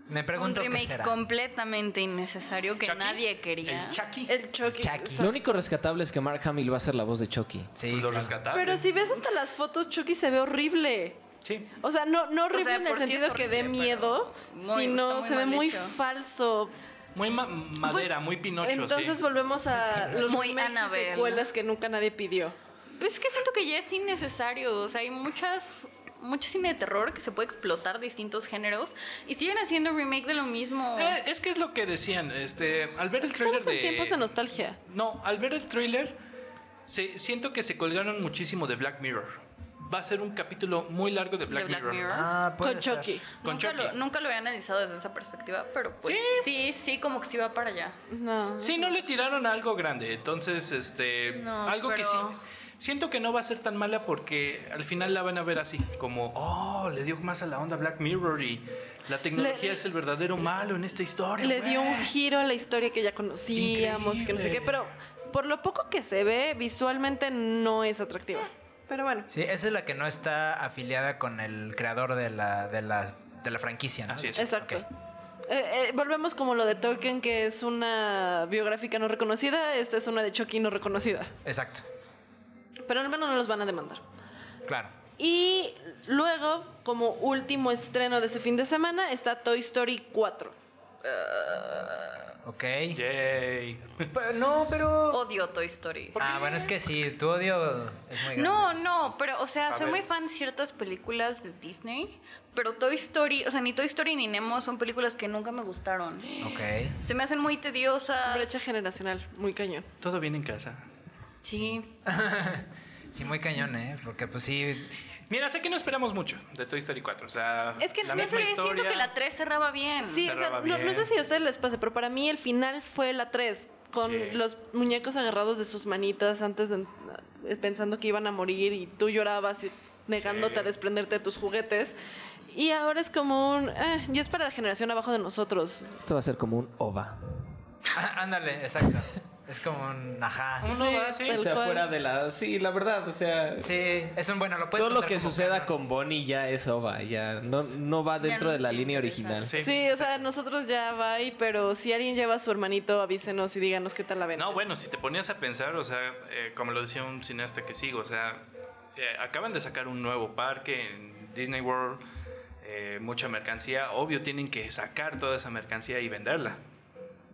Speaker 4: Me
Speaker 7: Un
Speaker 4: pregunto qué
Speaker 7: remake
Speaker 4: será.
Speaker 7: completamente innecesario que
Speaker 5: Chucky.
Speaker 7: nadie quería.
Speaker 5: El Chucky.
Speaker 6: El Chucky.
Speaker 4: Chucky.
Speaker 2: Lo único rescatable es que Mark Hamill va a ser la voz de Chucky.
Speaker 4: Sí,
Speaker 5: Lo
Speaker 4: claro.
Speaker 5: rescataron.
Speaker 6: Pero si ves hasta las fotos, Chucky se ve horrible.
Speaker 5: Sí.
Speaker 6: O sea, no, no
Speaker 7: sea,
Speaker 6: horrible en el
Speaker 7: por sí es
Speaker 6: sentido que dé
Speaker 7: horrible,
Speaker 6: miedo,
Speaker 7: pero muy- está
Speaker 6: sino
Speaker 7: muy
Speaker 6: se ve
Speaker 7: mal
Speaker 6: muy
Speaker 7: hecho.
Speaker 6: falso.
Speaker 5: Muy ma- madera, muy pinocho,
Speaker 6: Pues, Entonces
Speaker 5: sí.
Speaker 6: volvemos
Speaker 7: *laughs*
Speaker 6: a los
Speaker 7: Muy
Speaker 6: remakes y
Speaker 7: Annabelle, ¿no?
Speaker 6: secuelas que nunca nadie pidió.
Speaker 7: Pues es que siento que ya es innecesario. O sea, hay muchas. Mucho cine de terror que se puede explotar distintos géneros y siguen haciendo remake de lo mismo.
Speaker 5: Eh, es que es lo que decían, este, al ver el
Speaker 6: Es que estamos
Speaker 5: trailer
Speaker 6: en
Speaker 5: de...
Speaker 6: tiempos de nostalgia.
Speaker 5: No, al ver el trailer, se, siento que se colgaron muchísimo de Black Mirror. Va a ser un capítulo muy largo de Black,
Speaker 7: de Black
Speaker 5: Mirror.
Speaker 7: Mirror.
Speaker 4: Ah, puede
Speaker 6: Con
Speaker 4: ser.
Speaker 6: Chucky.
Speaker 5: Con
Speaker 7: nunca,
Speaker 5: Chucky.
Speaker 7: lo, nunca lo había analizado desde esa perspectiva, pero pues sí, sí, como que sí va para allá.
Speaker 6: No.
Speaker 5: Sí, no le tiraron a algo grande, entonces, este,
Speaker 7: No,
Speaker 5: algo que
Speaker 7: pero-
Speaker 5: sí... Siento que no va a ser tan mala porque al final la van a ver así, como, oh, le dio más a la onda Black Mirror y la tecnología es el verdadero malo en esta historia.
Speaker 6: Le dio un
Speaker 5: güey.
Speaker 6: giro a la historia que ya conocíamos, que no sé qué,
Speaker 5: Increíble.
Speaker 6: pero por lo poco que se ve, visualmente no es atractiva. Pero bueno.
Speaker 4: Sí, esa es la que no está afiliada con el creador de la, de la, de la franquicia, ¿no?
Speaker 5: Así es.
Speaker 6: Exacto.
Speaker 4: Ok.
Speaker 6: Eh, eh, volvemos como lo de Tolkien, que es una biográfica no reconocida. Esta es una de Chucky no reconocida.
Speaker 4: Exacto,
Speaker 6: Pero al menos no los van a demandar.
Speaker 4: claro.
Speaker 6: Y luego, como último estreno de ese fin de semana, está Toy Story 4.
Speaker 4: Ok.
Speaker 5: Yay. *laughs*
Speaker 4: Pero- no, pero...
Speaker 7: Odio Toy Story.
Speaker 4: Ah, bueno, es que sí, tu odio es muy grande.
Speaker 7: No, no, pero o sea,
Speaker 5: A
Speaker 7: soy
Speaker 5: ver.
Speaker 7: muy fan de ciertas películas de Disney, pero Toy Story, o sea, ni Toy Story ni Nemo son películas que nunca me gustaron.
Speaker 4: Ok.
Speaker 7: Se me hacen muy tediosas.
Speaker 6: Brecha generacional, muy cañón.
Speaker 5: Todo bien en casa.
Speaker 7: Sí.
Speaker 4: Sí, muy cañón, ¿eh? Porque pues sí...
Speaker 5: Mira, sé que no esperamos mucho de Toy Story 4. O sea,
Speaker 6: Es que
Speaker 5: la
Speaker 7: No
Speaker 5: misma
Speaker 7: sé, siento
Speaker 5: historia.
Speaker 7: que la 3 cerraba bien.
Speaker 6: Sí, o sea,
Speaker 5: Cerraba
Speaker 6: no, no
Speaker 5: Mm, bien.
Speaker 6: sé si a ustedes les pase, pero para mí el final fue la 3, con
Speaker 5: Sí.
Speaker 6: los muñecos agarrados de sus manitas antes de eh, pensando que iban a morir y tú llorabas y negándote
Speaker 5: Sí.
Speaker 6: a desprenderte de tus juguetes. Y ahora es como un... eh, y es para la generación abajo de nosotros.
Speaker 2: Esto va a ser como un OVA.
Speaker 4: Ah, Ándale, exacto. Es como un ajá.
Speaker 5: Uno
Speaker 6: Sí,
Speaker 5: va así.
Speaker 6: tal
Speaker 2: o sea,
Speaker 6: cual.
Speaker 2: fuera de la... Sí, la verdad, o sea...
Speaker 4: Sí, es un bueno, lo puedes
Speaker 2: Todo lo
Speaker 4: contar
Speaker 2: que
Speaker 4: como
Speaker 2: suceda
Speaker 4: canon.
Speaker 2: con Bonnie ya es OVA, ya no, no va dentro
Speaker 7: no
Speaker 2: de la
Speaker 7: se
Speaker 2: línea
Speaker 7: interesa.
Speaker 2: original.
Speaker 5: Sí.
Speaker 6: Sí, o sea, nosotros ya va ahí, pero si alguien lleva a su hermanito, avísenos y díganos qué tal la ven.
Speaker 5: No, bueno, si te ponías a pensar, o sea, eh, como lo decía un cineasta que sigo, o sea, eh, acaban de sacar un nuevo parque en Disney World, eh, mucha mercancía. Obvio, tienen que sacar toda esa mercancía y venderla.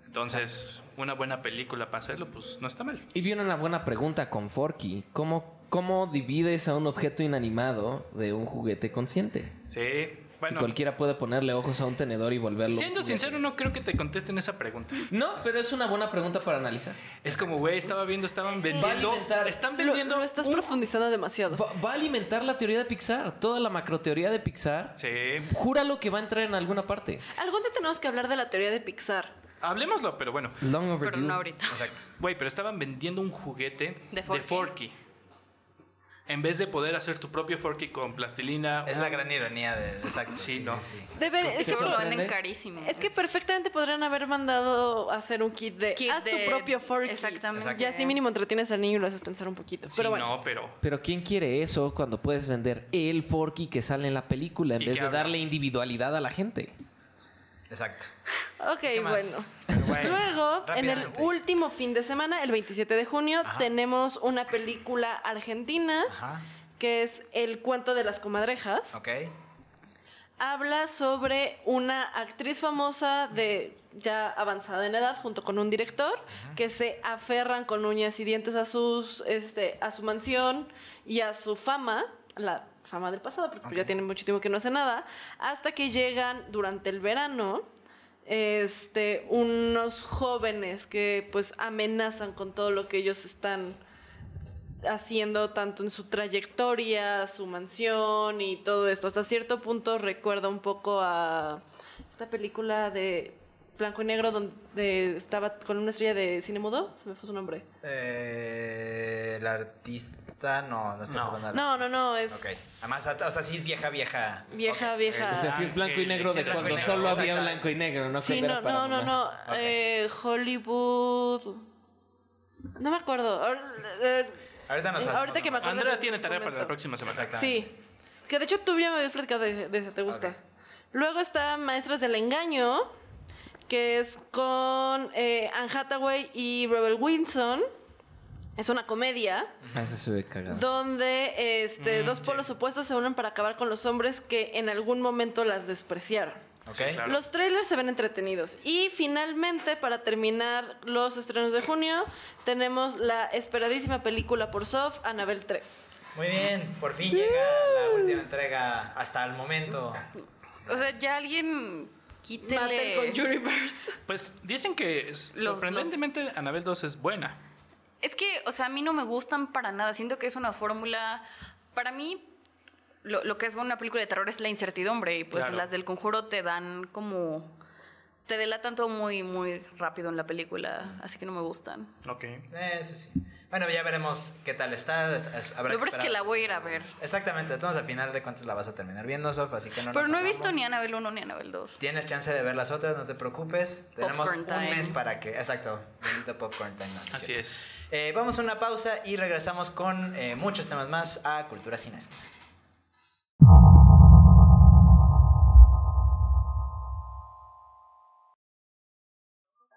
Speaker 5: Entonces, una buena película para hacerlo, pues no está mal.
Speaker 2: Y viene una buena pregunta con Forky. ¿Cómo, cómo divides a un objeto inanimado de un juguete consciente?
Speaker 5: Sí.
Speaker 2: si
Speaker 5: Bueno,
Speaker 2: cualquiera puede ponerle ojos a un tenedor y volverlo. un
Speaker 5: siendo
Speaker 2: juguete.
Speaker 5: sincero, no creo que te contesten esa pregunta.
Speaker 2: No, pero es una buena pregunta para analizar.
Speaker 5: Es como, güey, estaba viendo, estaban vendiendo.
Speaker 2: alimentar.
Speaker 5: Están
Speaker 6: Lo,
Speaker 5: vendiendo.
Speaker 6: lo estás
Speaker 5: un-
Speaker 6: profundizando demasiado.
Speaker 2: Va, va a alimentar la teoría de Pixar, toda la macroteoría de Pixar.
Speaker 5: Sí.
Speaker 2: Júralo que va a entrar en alguna parte.
Speaker 6: Algún día tenemos que hablar de la teoría de Pixar.
Speaker 5: Hablemoslo, pero bueno.
Speaker 2: Long overdue.
Speaker 7: Pero no ahorita.
Speaker 4: Exacto.
Speaker 5: Güey, pero estaban vendiendo un juguete
Speaker 7: De
Speaker 5: de
Speaker 7: Forky.
Speaker 5: Forky. En vez de poder hacer tu propio Forky con plastilina.
Speaker 4: Es
Speaker 5: un-
Speaker 4: la gran ironía de. Exacto.
Speaker 5: Sí, no.
Speaker 6: Debe-
Speaker 2: que
Speaker 6: es,
Speaker 7: Eso
Speaker 2: eso
Speaker 7: *laughs* lo
Speaker 2: aprende.
Speaker 7: venden carísimo.
Speaker 6: es que perfectamente podrían haber mandado a hacer un kit de
Speaker 7: Kit
Speaker 6: haz
Speaker 7: de-
Speaker 6: tu propio fork.
Speaker 7: Exactamente.
Speaker 6: Y así mínimo entretienes al niño y lo haces pensar un poquito.
Speaker 5: Sí,
Speaker 6: pero bueno.
Speaker 5: no, pero.
Speaker 2: Pero ¿quién quiere eso cuando puedes vender el Forky que sale en la película en
Speaker 5: Y
Speaker 2: vez
Speaker 5: que
Speaker 2: de
Speaker 5: habla.
Speaker 2: darle individualidad a la gente?
Speaker 4: Exacto.
Speaker 6: Ok,
Speaker 4: ¿Qué más?
Speaker 6: bueno.
Speaker 4: Pero bueno,
Speaker 6: Luego, en el
Speaker 4: rápidamente.
Speaker 6: último fin de semana, el 27 de junio,
Speaker 4: Ajá.
Speaker 6: tenemos una película argentina
Speaker 4: Ajá.
Speaker 6: que es El cuento de las comadrejas.
Speaker 4: Ok.
Speaker 6: Habla sobre una actriz famosa de ya avanzada en edad junto con un director que se aferran con uñas y dientes a sus este a su mansión y a su fama, la fama del pasado porque pues ya
Speaker 4: Ok.
Speaker 6: tienen mucho tiempo que no hace nada, hasta que llegan durante el verano este unos jóvenes que pues amenazan con todo lo que ellos están haciendo tanto en su trayectoria, su mansión y todo esto. Hasta cierto punto recuerda un poco a esta película de blanco y negro donde estaba con una estrella de cine mudo, se me fue su nombre.
Speaker 4: Eh, la artista. Ah, No, no estás
Speaker 5: No.
Speaker 4: hablando de la
Speaker 6: No, no, no, es
Speaker 4: Ok. Además, o sea, sí es vieja, vieja.
Speaker 6: vieja,
Speaker 4: Ah, Ok.
Speaker 6: vieja.
Speaker 2: O sea, sí es blanco y negro
Speaker 4: Sí,
Speaker 2: de
Speaker 4: es blanco y
Speaker 2: cuando
Speaker 4: negro,
Speaker 2: solo había
Speaker 4: exacto.
Speaker 2: blanco y negro, no
Speaker 6: sí,
Speaker 2: cuando
Speaker 6: no,
Speaker 2: era para
Speaker 6: no, no,
Speaker 2: mamá.
Speaker 6: no,
Speaker 4: Ok.
Speaker 6: eh, Hollywood. No me acuerdo. Ahor- eh,
Speaker 4: Ahorita nos hacemos
Speaker 6: Ahorita que
Speaker 4: una-
Speaker 6: me acuerdo.
Speaker 5: Andrea
Speaker 6: les
Speaker 5: tiene tarea para la
Speaker 6: comento.
Speaker 5: próxima semana.
Speaker 4: Exacto.
Speaker 6: Sí. Que de hecho tú ya me habías platicado de, de esa, ¿te gusta?
Speaker 4: Ok.
Speaker 6: Luego está Maestras del Engaño, que es con eh, Anne Hathaway y Rebel Wilson. Es una comedia
Speaker 2: Ah, ese se ve cagado.
Speaker 6: donde
Speaker 4: Mm,
Speaker 6: este, dos polos opuestos se unen para acabar con los hombres que en algún momento las despreciaron.
Speaker 4: Ok.
Speaker 5: Sí, claro.
Speaker 6: Los trailers se ven entretenidos. Y finalmente, para terminar los estrenos de junio, tenemos la esperadísima película por Sof, Anabel 3.
Speaker 4: Muy bien, por fin llega la última entrega hasta el momento.
Speaker 7: O sea, ya alguien quítele...
Speaker 6: Mate con Juryverse.
Speaker 5: Pues dicen que s-
Speaker 7: Los-
Speaker 5: sorprendentemente Anabel 2 es buena.
Speaker 7: Es que, o sea, a mí no me gustan para nada. Siento que es una fórmula. Para mí, lo, lo que es una película de terror es la incertidumbre. Y pues
Speaker 5: Claro.
Speaker 7: las del conjuro te dan como. Te delatan todo muy, muy rápido en la película. Así que no me gustan.
Speaker 5: Ok.
Speaker 4: Eso sí. Bueno, ya veremos qué tal está. es- es- habrá
Speaker 7: Lo peor es que
Speaker 4: esperar.
Speaker 7: la voy a ir a ver.
Speaker 4: Exactamente, entonces al final de cuentas la vas a terminar viendo, Sof, así que no
Speaker 7: Pero
Speaker 4: nos
Speaker 7: no he
Speaker 4: hagamos.
Speaker 7: visto ni Anabel 1 ni Anabel 2.
Speaker 4: Tienes chance de ver las otras, no te preocupes. Tenemos
Speaker 7: Popcorn time.
Speaker 4: un mes para que. Exacto, bendito popcorn time. no, no es
Speaker 5: Así
Speaker 4: cierto.
Speaker 5: es.
Speaker 4: Eh, vamos a una pausa y regresamos con eh, muchos temas más a Cultura Siniestra.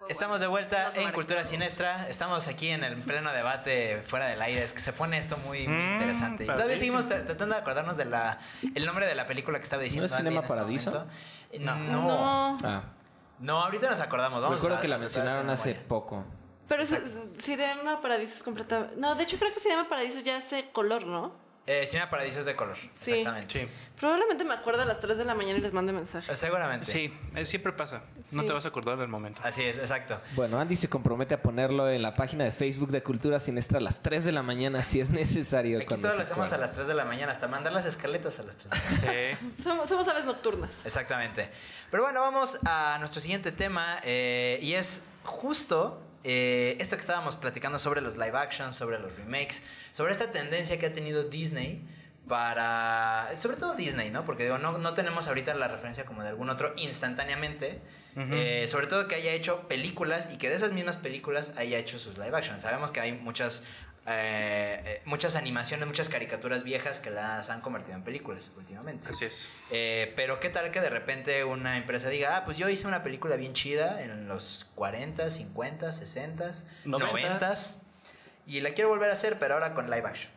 Speaker 4: Estamos de vuelta
Speaker 7: Los
Speaker 4: en
Speaker 7: marcados.
Speaker 4: Cultura Siniestra. Estamos aquí en el pleno debate fuera del aire. Es que se pone esto muy, muy
Speaker 5: Mm,
Speaker 4: interesante. Y todavía
Speaker 5: padrísimo.
Speaker 4: seguimos tra- tratando de acordarnos del el nombre de la película que estaba diciendo.
Speaker 2: es
Speaker 4: Andy en
Speaker 2: Cinema
Speaker 4: ese
Speaker 2: Paradiso?
Speaker 4: momento. Eh, No. no.
Speaker 6: No.
Speaker 2: Ah,
Speaker 4: ahorita nos acordamos. Vamos
Speaker 2: recuerdo
Speaker 4: a-
Speaker 2: que la
Speaker 4: a tratar de hacer
Speaker 2: mencionaron hace
Speaker 4: memoria.
Speaker 2: poco.
Speaker 6: Pero se, se llama Paradiso es completamente. No, de hecho creo que se llama Paradiso ya ese color, ¿no?
Speaker 4: Eh, Cinema Paradiso es de color. Exactamente.
Speaker 5: Sí.
Speaker 6: Probablemente me acuerdo a las 3 de la mañana y les mande mensaje.
Speaker 4: Eh, Seguramente.
Speaker 5: Sí, eh, siempre pasa. No
Speaker 6: Sí.
Speaker 5: te vas a acordar del momento.
Speaker 4: Así es, exacto.
Speaker 2: Bueno, Andy se compromete a ponerlo en la página de Facebook de Cultura Siniestra a las 3 de la mañana si es necesario.
Speaker 4: Aquí
Speaker 2: cuando
Speaker 4: todos
Speaker 2: se
Speaker 4: lo hacemos a
Speaker 2: acuerde.
Speaker 4: las 3 de la mañana, hasta mandar las escaletas a las 3 de la mañana.
Speaker 5: Sí.
Speaker 6: Somos, somos aves nocturnas.
Speaker 4: Exactamente. Pero bueno, vamos a nuestro siguiente tema eh, y es justo eh, esto que estábamos platicando sobre los live actions, sobre los remakes, sobre esta tendencia que ha tenido Disney para, sobre todo Disney, ¿no? Porque digo, no, no tenemos ahorita la referencia como de algún otro instantáneamente,
Speaker 5: Ujú.
Speaker 4: eh, sobre todo que haya hecho películas y que de esas mismas películas haya hecho sus live actions. Sabemos que hay muchas... eh, eh, muchas animaciones, muchas caricaturas viejas que las han convertido en películas últimamente.
Speaker 5: Así es.
Speaker 4: Eh, pero qué tal que de repente una empresa diga, ah, pues yo hice una película bien chida en los 40, 50, 60, 90
Speaker 5: Noventas.
Speaker 4: y la quiero volver a hacer, pero ahora con live action.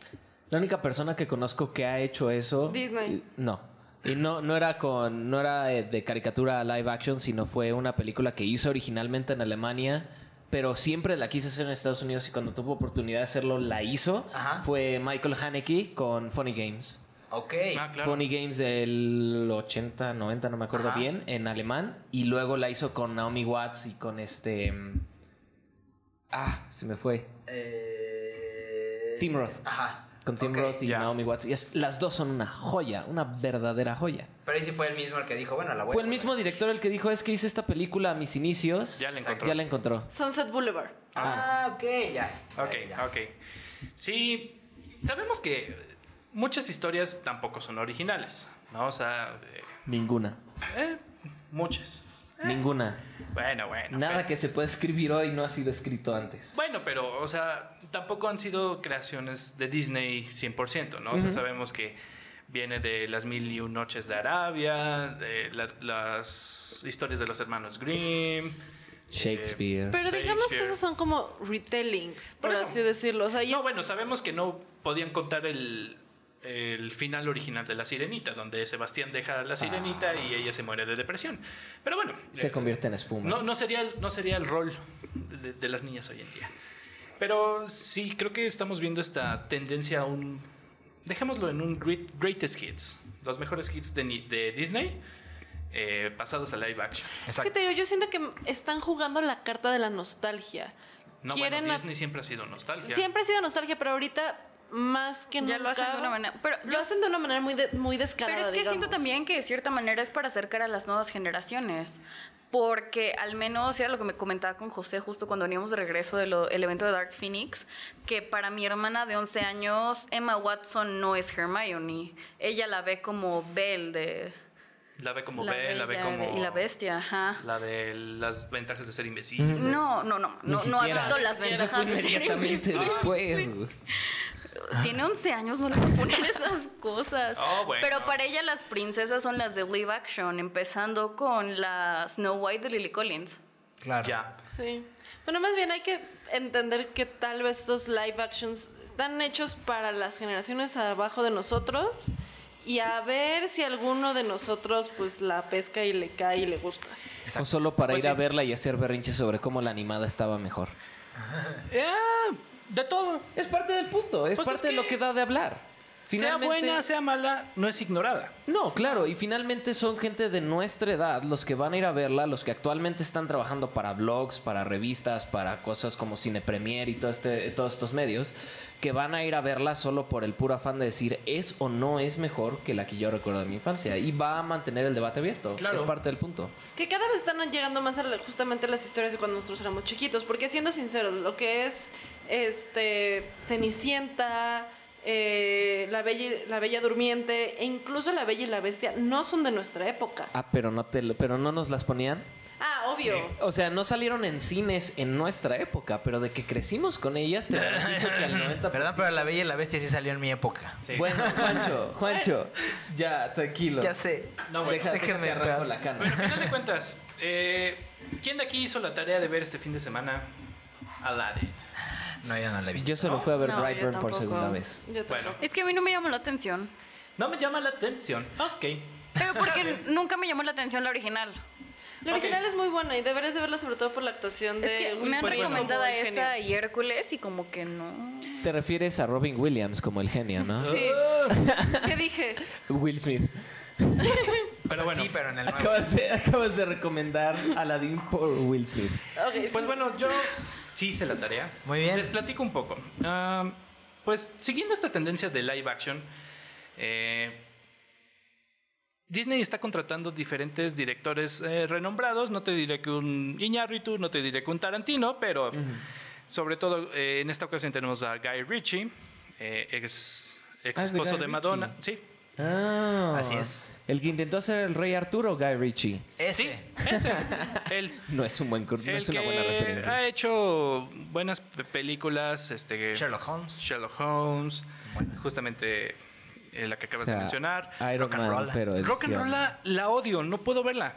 Speaker 2: La única persona que conozco que ha hecho eso.
Speaker 6: Disney.
Speaker 2: y- No. Y no, no era con. No era eh, de caricatura a live action, sino fue una película que hizo originalmente en Alemania. Pero siempre la quiso hacer en Estados Unidos y cuando tuvo oportunidad de hacerlo, la hizo.
Speaker 4: Ajá.
Speaker 2: Fue Michael Haneke con Funny Games.
Speaker 4: Ok.
Speaker 5: Ah, claro.
Speaker 2: Funny Games del 80, 90, no me acuerdo
Speaker 4: Ajá.
Speaker 2: bien, en alemán. Y luego la hizo con Naomi Watts y con este. mm, Ah, se me fue.
Speaker 4: Eh,
Speaker 2: Tim Roth.
Speaker 4: Ajá.
Speaker 2: Con Tim
Speaker 4: Ok.
Speaker 2: Roth y
Speaker 5: ya.
Speaker 2: Naomi Watts. Y es- las dos son una joya, una verdadera joya.
Speaker 4: Pero ahí sí fue el mismo el que dijo, bueno, la
Speaker 5: Ah,
Speaker 4: voy a
Speaker 2: Fue el
Speaker 4: poner.
Speaker 2: mismo director el que dijo, es que hice esta película a mis inicios.
Speaker 5: Ya la
Speaker 2: Exacto.
Speaker 5: encontró.
Speaker 2: Ya la encontró.
Speaker 6: Sunset Boulevard.
Speaker 4: Ah, *laughs* ok, ya.
Speaker 5: Ok,
Speaker 4: Ya, ya.
Speaker 5: ok. Sí, sabemos que muchas historias tampoco son originales, ¿no? O sea, eh,
Speaker 2: Ninguna.
Speaker 5: eh, muchas.
Speaker 2: Ah. Ninguna.
Speaker 5: Bueno, bueno.
Speaker 2: Nada
Speaker 5: pero-
Speaker 2: que se pueda escribir hoy no ha sido escrito antes.
Speaker 5: Bueno, pero, o sea, tampoco han sido creaciones de Disney 100%, ¿no? O sea, sabemos que viene de Las Mil y Un Noches de Arabia, de la- las historias de los hermanos Grimm. eh,
Speaker 2: Shakespeare.
Speaker 6: Pero digamos que
Speaker 5: Shakespeare.
Speaker 6: esos son como retellings, por
Speaker 5: Por eso.
Speaker 6: así decirlo. O sea, y
Speaker 5: No,
Speaker 6: es-
Speaker 5: bueno, sabemos que no podían contar el, el final original de La Sirenita, donde Sebastián deja a la sirenita y ella se muere de depresión. Pero bueno.
Speaker 2: se
Speaker 5: eh,
Speaker 2: convierte en espuma.
Speaker 5: No, no, sería, el- no sería el rol de, de las niñas hoy en día. Pero sí, creo que estamos viendo esta tendencia a un... Dejémoslo en un great- greatest hits. Los mejores hits de, ni- de Disney eh, pasados a live action.
Speaker 6: Es que
Speaker 4: Exacto.
Speaker 6: te digo, yo siento que están jugando la carta de la nostalgia.
Speaker 5: No,
Speaker 6: Quieren
Speaker 5: bueno,
Speaker 6: a-
Speaker 5: Disney siempre ha sido nostalgia.
Speaker 6: Siempre ha sido nostalgia, pero ahorita más que nunca.
Speaker 7: Ya lo hacen de una manera. Pero
Speaker 6: Lo hacen de una manera muy, de- muy descarada.
Speaker 7: Pero es que siento
Speaker 6: digamos.
Speaker 7: también que de cierta manera es para acercar a las nuevas generaciones. Porque al menos era lo que me comentaba con José justo cuando veníamos de regreso del evento de Dark Phoenix, que para mi hermana de 11 años, Emma Watson no es Hermione. Ella la ve como Belle de...
Speaker 5: La ve como
Speaker 7: la
Speaker 5: ve, la ve
Speaker 7: Bella y
Speaker 5: como...
Speaker 7: de- Y la bestia, Ah. ajá.
Speaker 5: La de las ventajas de ser imbécil.
Speaker 7: No, no, no,
Speaker 2: Ni
Speaker 7: no, no ha
Speaker 2: siquiera.
Speaker 7: visto las
Speaker 2: Eso fue
Speaker 7: ventajas de ser *laughs*
Speaker 2: inmediatamente
Speaker 7: imbécil.
Speaker 2: después. güey.
Speaker 7: Tiene 11 años, no le voy a poner esas
Speaker 4: *laughs*
Speaker 7: cosas.
Speaker 5: Oh, bueno.
Speaker 7: Pero para ella las princesas son las de live action, empezando con la Snow White de Lily Collins.
Speaker 4: Claro.
Speaker 5: Ya.
Speaker 6: Sí. Bueno, más bien hay que entender que tal vez estos live actions están hechos para las generaciones abajo de nosotros y a ver si alguno de nosotros pues la pesca y le cae y le gusta.
Speaker 2: O solo para
Speaker 5: Pues
Speaker 2: ir a
Speaker 5: sí.
Speaker 2: verla y hacer berrinche sobre cómo la animada estaba mejor.
Speaker 5: Eh, de todo.
Speaker 2: Es parte del punto, es
Speaker 5: Pues
Speaker 2: parte
Speaker 5: es
Speaker 2: de lo
Speaker 5: que-
Speaker 2: que da de hablar.
Speaker 5: Sea buena, sea mala, no es ignorada.
Speaker 2: No, claro, y finalmente son gente de nuestra edad los que van a ir a verla, los que actualmente están trabajando para blogs, para revistas, para cosas como Cine Premier y todo este, todos estos medios, que van a ir a verla solo por el puro afán de decir es o no es mejor que la que yo recuerdo de mi infancia. Y va a mantener el debate abierto.
Speaker 5: Claro.
Speaker 2: Es parte del punto.
Speaker 6: Que cada vez están llegando más a la- justamente las historias de cuando nosotros éramos chiquitos, porque siendo sinceros, lo que es este Cenicienta, eh, la, bella, y- la Bella Durmiente e incluso La Bella y la Bestia no son de nuestra época.
Speaker 2: Ah, pero no, te, lo- pero no nos las ponían.
Speaker 6: Ah, obvio.
Speaker 2: O sea, no salieron en cines en nuestra época, pero de que crecimos con ellas, te garantizo que al 90%.
Speaker 4: Perdón, pero la bella y la bestia sí salió en mi época.
Speaker 2: Bueno, Juancho, Juancho, ya, tranquilo.
Speaker 4: Ya sé.
Speaker 5: No, bueno.
Speaker 2: Deja-
Speaker 4: Déjenme
Speaker 2: déjate
Speaker 4: en
Speaker 2: arranco
Speaker 4: paz.
Speaker 2: la cana.
Speaker 5: Bueno, al final de cuentas, eh, ¿quién de aquí hizo la tarea de ver este fin de semana Aladdin?
Speaker 4: No, yo no la he visto.
Speaker 2: Yo solo fui a ver
Speaker 7: No, yo
Speaker 2: Brightburn por
Speaker 7: tampoco.
Speaker 2: segunda vez.
Speaker 6: Yo
Speaker 5: Bueno,
Speaker 7: Es que a mí no me llamó la atención.
Speaker 5: no me llama la atención. Ok.
Speaker 7: Pero *laughs* porque nunca me llamó la atención la original.
Speaker 6: La
Speaker 5: Ok.
Speaker 6: original es muy buena y deberías de verla sobre todo por la actuación de
Speaker 7: Es que
Speaker 6: Will
Speaker 7: me han
Speaker 5: Pues
Speaker 6: Ferrell
Speaker 5: bueno.
Speaker 7: recomendado
Speaker 6: como el
Speaker 7: esa
Speaker 6: genio.
Speaker 7: y Hércules y como que no.
Speaker 2: Te refieres a Robin Williams como el genio, ¿no?
Speaker 5: Ah.
Speaker 6: Sí. ¿Qué
Speaker 7: *laughs*
Speaker 6: dije?
Speaker 2: *laughs* Will Smith.
Speaker 4: O sea,
Speaker 5: Pero bueno. Ah,
Speaker 4: Sí, pero en el nuevo.
Speaker 2: Acabas de, acabas de recomendar Aladdin por Will Smith.
Speaker 6: Ok,
Speaker 5: Pues bueno, yo sí hice la tarea.
Speaker 4: Muy bien.
Speaker 5: Les platico un poco. Ah, pues siguiendo esta tendencia de live action, eh, Disney está contratando diferentes directores eh, renombrados. No te diré que un Iñárritu, no te diré que un Tarantino, pero sobre todo eh, en esta ocasión tenemos a Guy Ritchie, eh, ex, ex
Speaker 2: Ah, es de
Speaker 5: esposo
Speaker 2: Guy
Speaker 5: de Madonna. Sí,
Speaker 2: Ah.
Speaker 4: Así es.
Speaker 2: El que intentó ser el rey Arturo, Guy Ritchie.
Speaker 4: Ese.
Speaker 5: sí,
Speaker 2: *laughs*
Speaker 5: ese. El
Speaker 2: No es un buen cur- no
Speaker 5: el
Speaker 2: es una buena
Speaker 5: que
Speaker 2: referencia.
Speaker 5: Ha hecho buenas pe- películas, este
Speaker 4: Sherlock Holmes.
Speaker 5: Sherlock Holmes,
Speaker 4: Buenas.
Speaker 5: justamente eh, la que acabas
Speaker 2: O sea,
Speaker 5: de mencionar.
Speaker 2: Iron
Speaker 4: Rock and
Speaker 2: Man,
Speaker 4: Roll.
Speaker 2: pero
Speaker 5: Rock and
Speaker 2: edición.
Speaker 5: Roll la odio, no puedo verla.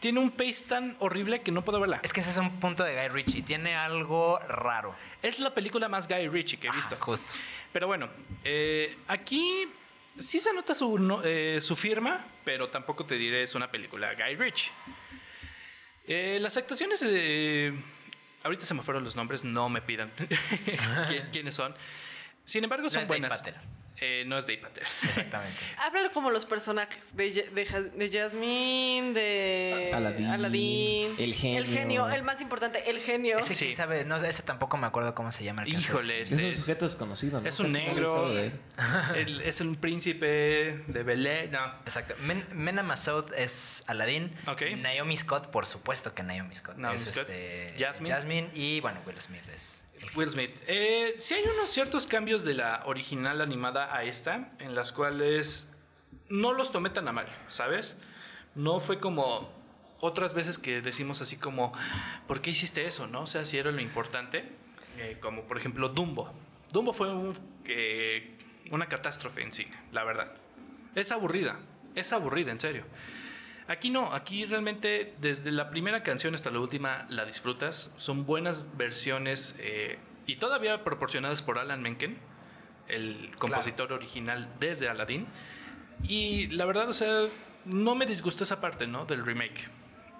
Speaker 5: Tiene un pace tan horrible que no puedo verla.
Speaker 4: Es que ese es un punto de Guy Ritchie. Tiene algo raro.
Speaker 5: Es la película más Guy Ritchie que he visto.
Speaker 4: Ah,
Speaker 5: *laughs*
Speaker 4: justo.
Speaker 5: Pero bueno, eh, aquí sí se nota su, no- eh, su firma, pero tampoco te diré es una película Guy Ritchie. Eh, las actuaciones, eh, ahorita se me fueron los nombres, no me pidan *laughs* quién- quiénes son. Sin embargo, son
Speaker 4: es Dave
Speaker 5: buenas.
Speaker 4: Patel.
Speaker 5: Eh, no es Dave Patel.
Speaker 4: Exactamente.
Speaker 6: Háblalo como los personajes de, Ja- de, Ja- de Jasmine, de
Speaker 2: Aladdin, el genio.
Speaker 6: El el más importante, el genio.
Speaker 4: Ese
Speaker 5: Sí.
Speaker 4: quién sabe, no, ese tampoco me acuerdo cómo se llama el caso.
Speaker 5: Híjole,
Speaker 2: Es
Speaker 5: este,
Speaker 2: un sujeto desconocido, ¿no?
Speaker 5: es un
Speaker 2: Casi nadie
Speaker 5: negro,
Speaker 2: sabe de él.
Speaker 5: *laughs* él es un príncipe de Belén. No,
Speaker 4: Exacto. Men- Mena Massoud es Aladdin.
Speaker 5: Ok.
Speaker 4: Naomi Scott, por supuesto que Naomi Scott.
Speaker 5: Naomi
Speaker 4: es
Speaker 5: Scott.
Speaker 4: este,
Speaker 5: Jasmine.
Speaker 4: Y bueno, Will Smith es.
Speaker 5: Will Smith. Eh, sí hay unos ciertos cambios de la original animada a esta, en las cuales no los tomé tan a mal, ¿sabes? No fue como otras veces que decimos así como, ¿por qué hiciste eso? ¿No? O sea, si era lo importante, eh, como por ejemplo Dumbo. Dumbo fue un, eh, una catástrofe en cine, la verdad. Es aburrida, es aburrida, en serio. Aquí no, aquí realmente desde la primera canción hasta la última la disfrutas. Son buenas versiones eh, y todavía proporcionadas por Alan Menken, el compositor original desde Aladdin. Y la verdad, o sea, no me disgustó esa parte, ¿no? Del remake.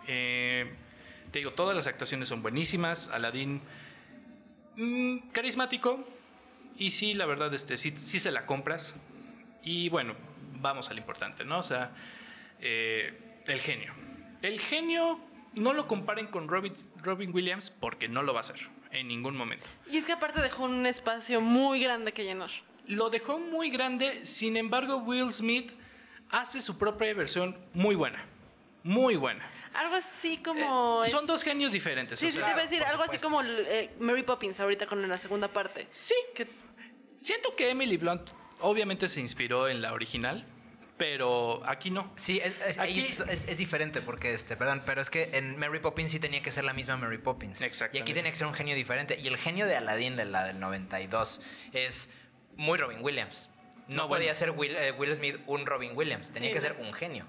Speaker 5: Eh, te digo, todas las actuaciones son buenísimas. Aladdin, mm, carismático. Y sí, la verdad, este, sí, sí se la compras. Y bueno, vamos al importante, ¿no? O sea, eh, el genio. El genio no lo comparen con Robin, Robin Williams porque no lo va a hacer en ningún momento.
Speaker 6: Y es que aparte dejó un espacio muy grande que llenar.
Speaker 5: Lo dejó muy grande, sin embargo Will Smith hace su propia versión muy buena. Muy buena.
Speaker 6: Algo así como...
Speaker 5: Eh,
Speaker 6: es-
Speaker 5: son dos genios diferentes. o
Speaker 6: Sí, sí,
Speaker 5: sea,
Speaker 6: te iba a decir,
Speaker 4: por
Speaker 6: algo así
Speaker 4: supuesto.
Speaker 6: como eh, Mary Poppins ahorita con la segunda parte.
Speaker 5: sí,
Speaker 6: Que
Speaker 5: siento que Emily Blunt obviamente se inspiró en la original, pero aquí no.
Speaker 4: Sí, es, es- ahí
Speaker 5: Aquí-
Speaker 4: es- es- es diferente porque, este, perdón, pero es que en Mary Poppins sí tenía que ser la misma Mary Poppins. Y
Speaker 5: Exactamente.
Speaker 4: aquí tenía que ser un genio diferente. Y el genio de Aladdin, de la del 92, es muy Robin Williams. No,
Speaker 5: No, bueno.
Speaker 4: podía ser Will, eh, Will Smith un Robin Williams, tenía
Speaker 6: Sí,
Speaker 4: que
Speaker 6: no.
Speaker 4: ser un genio.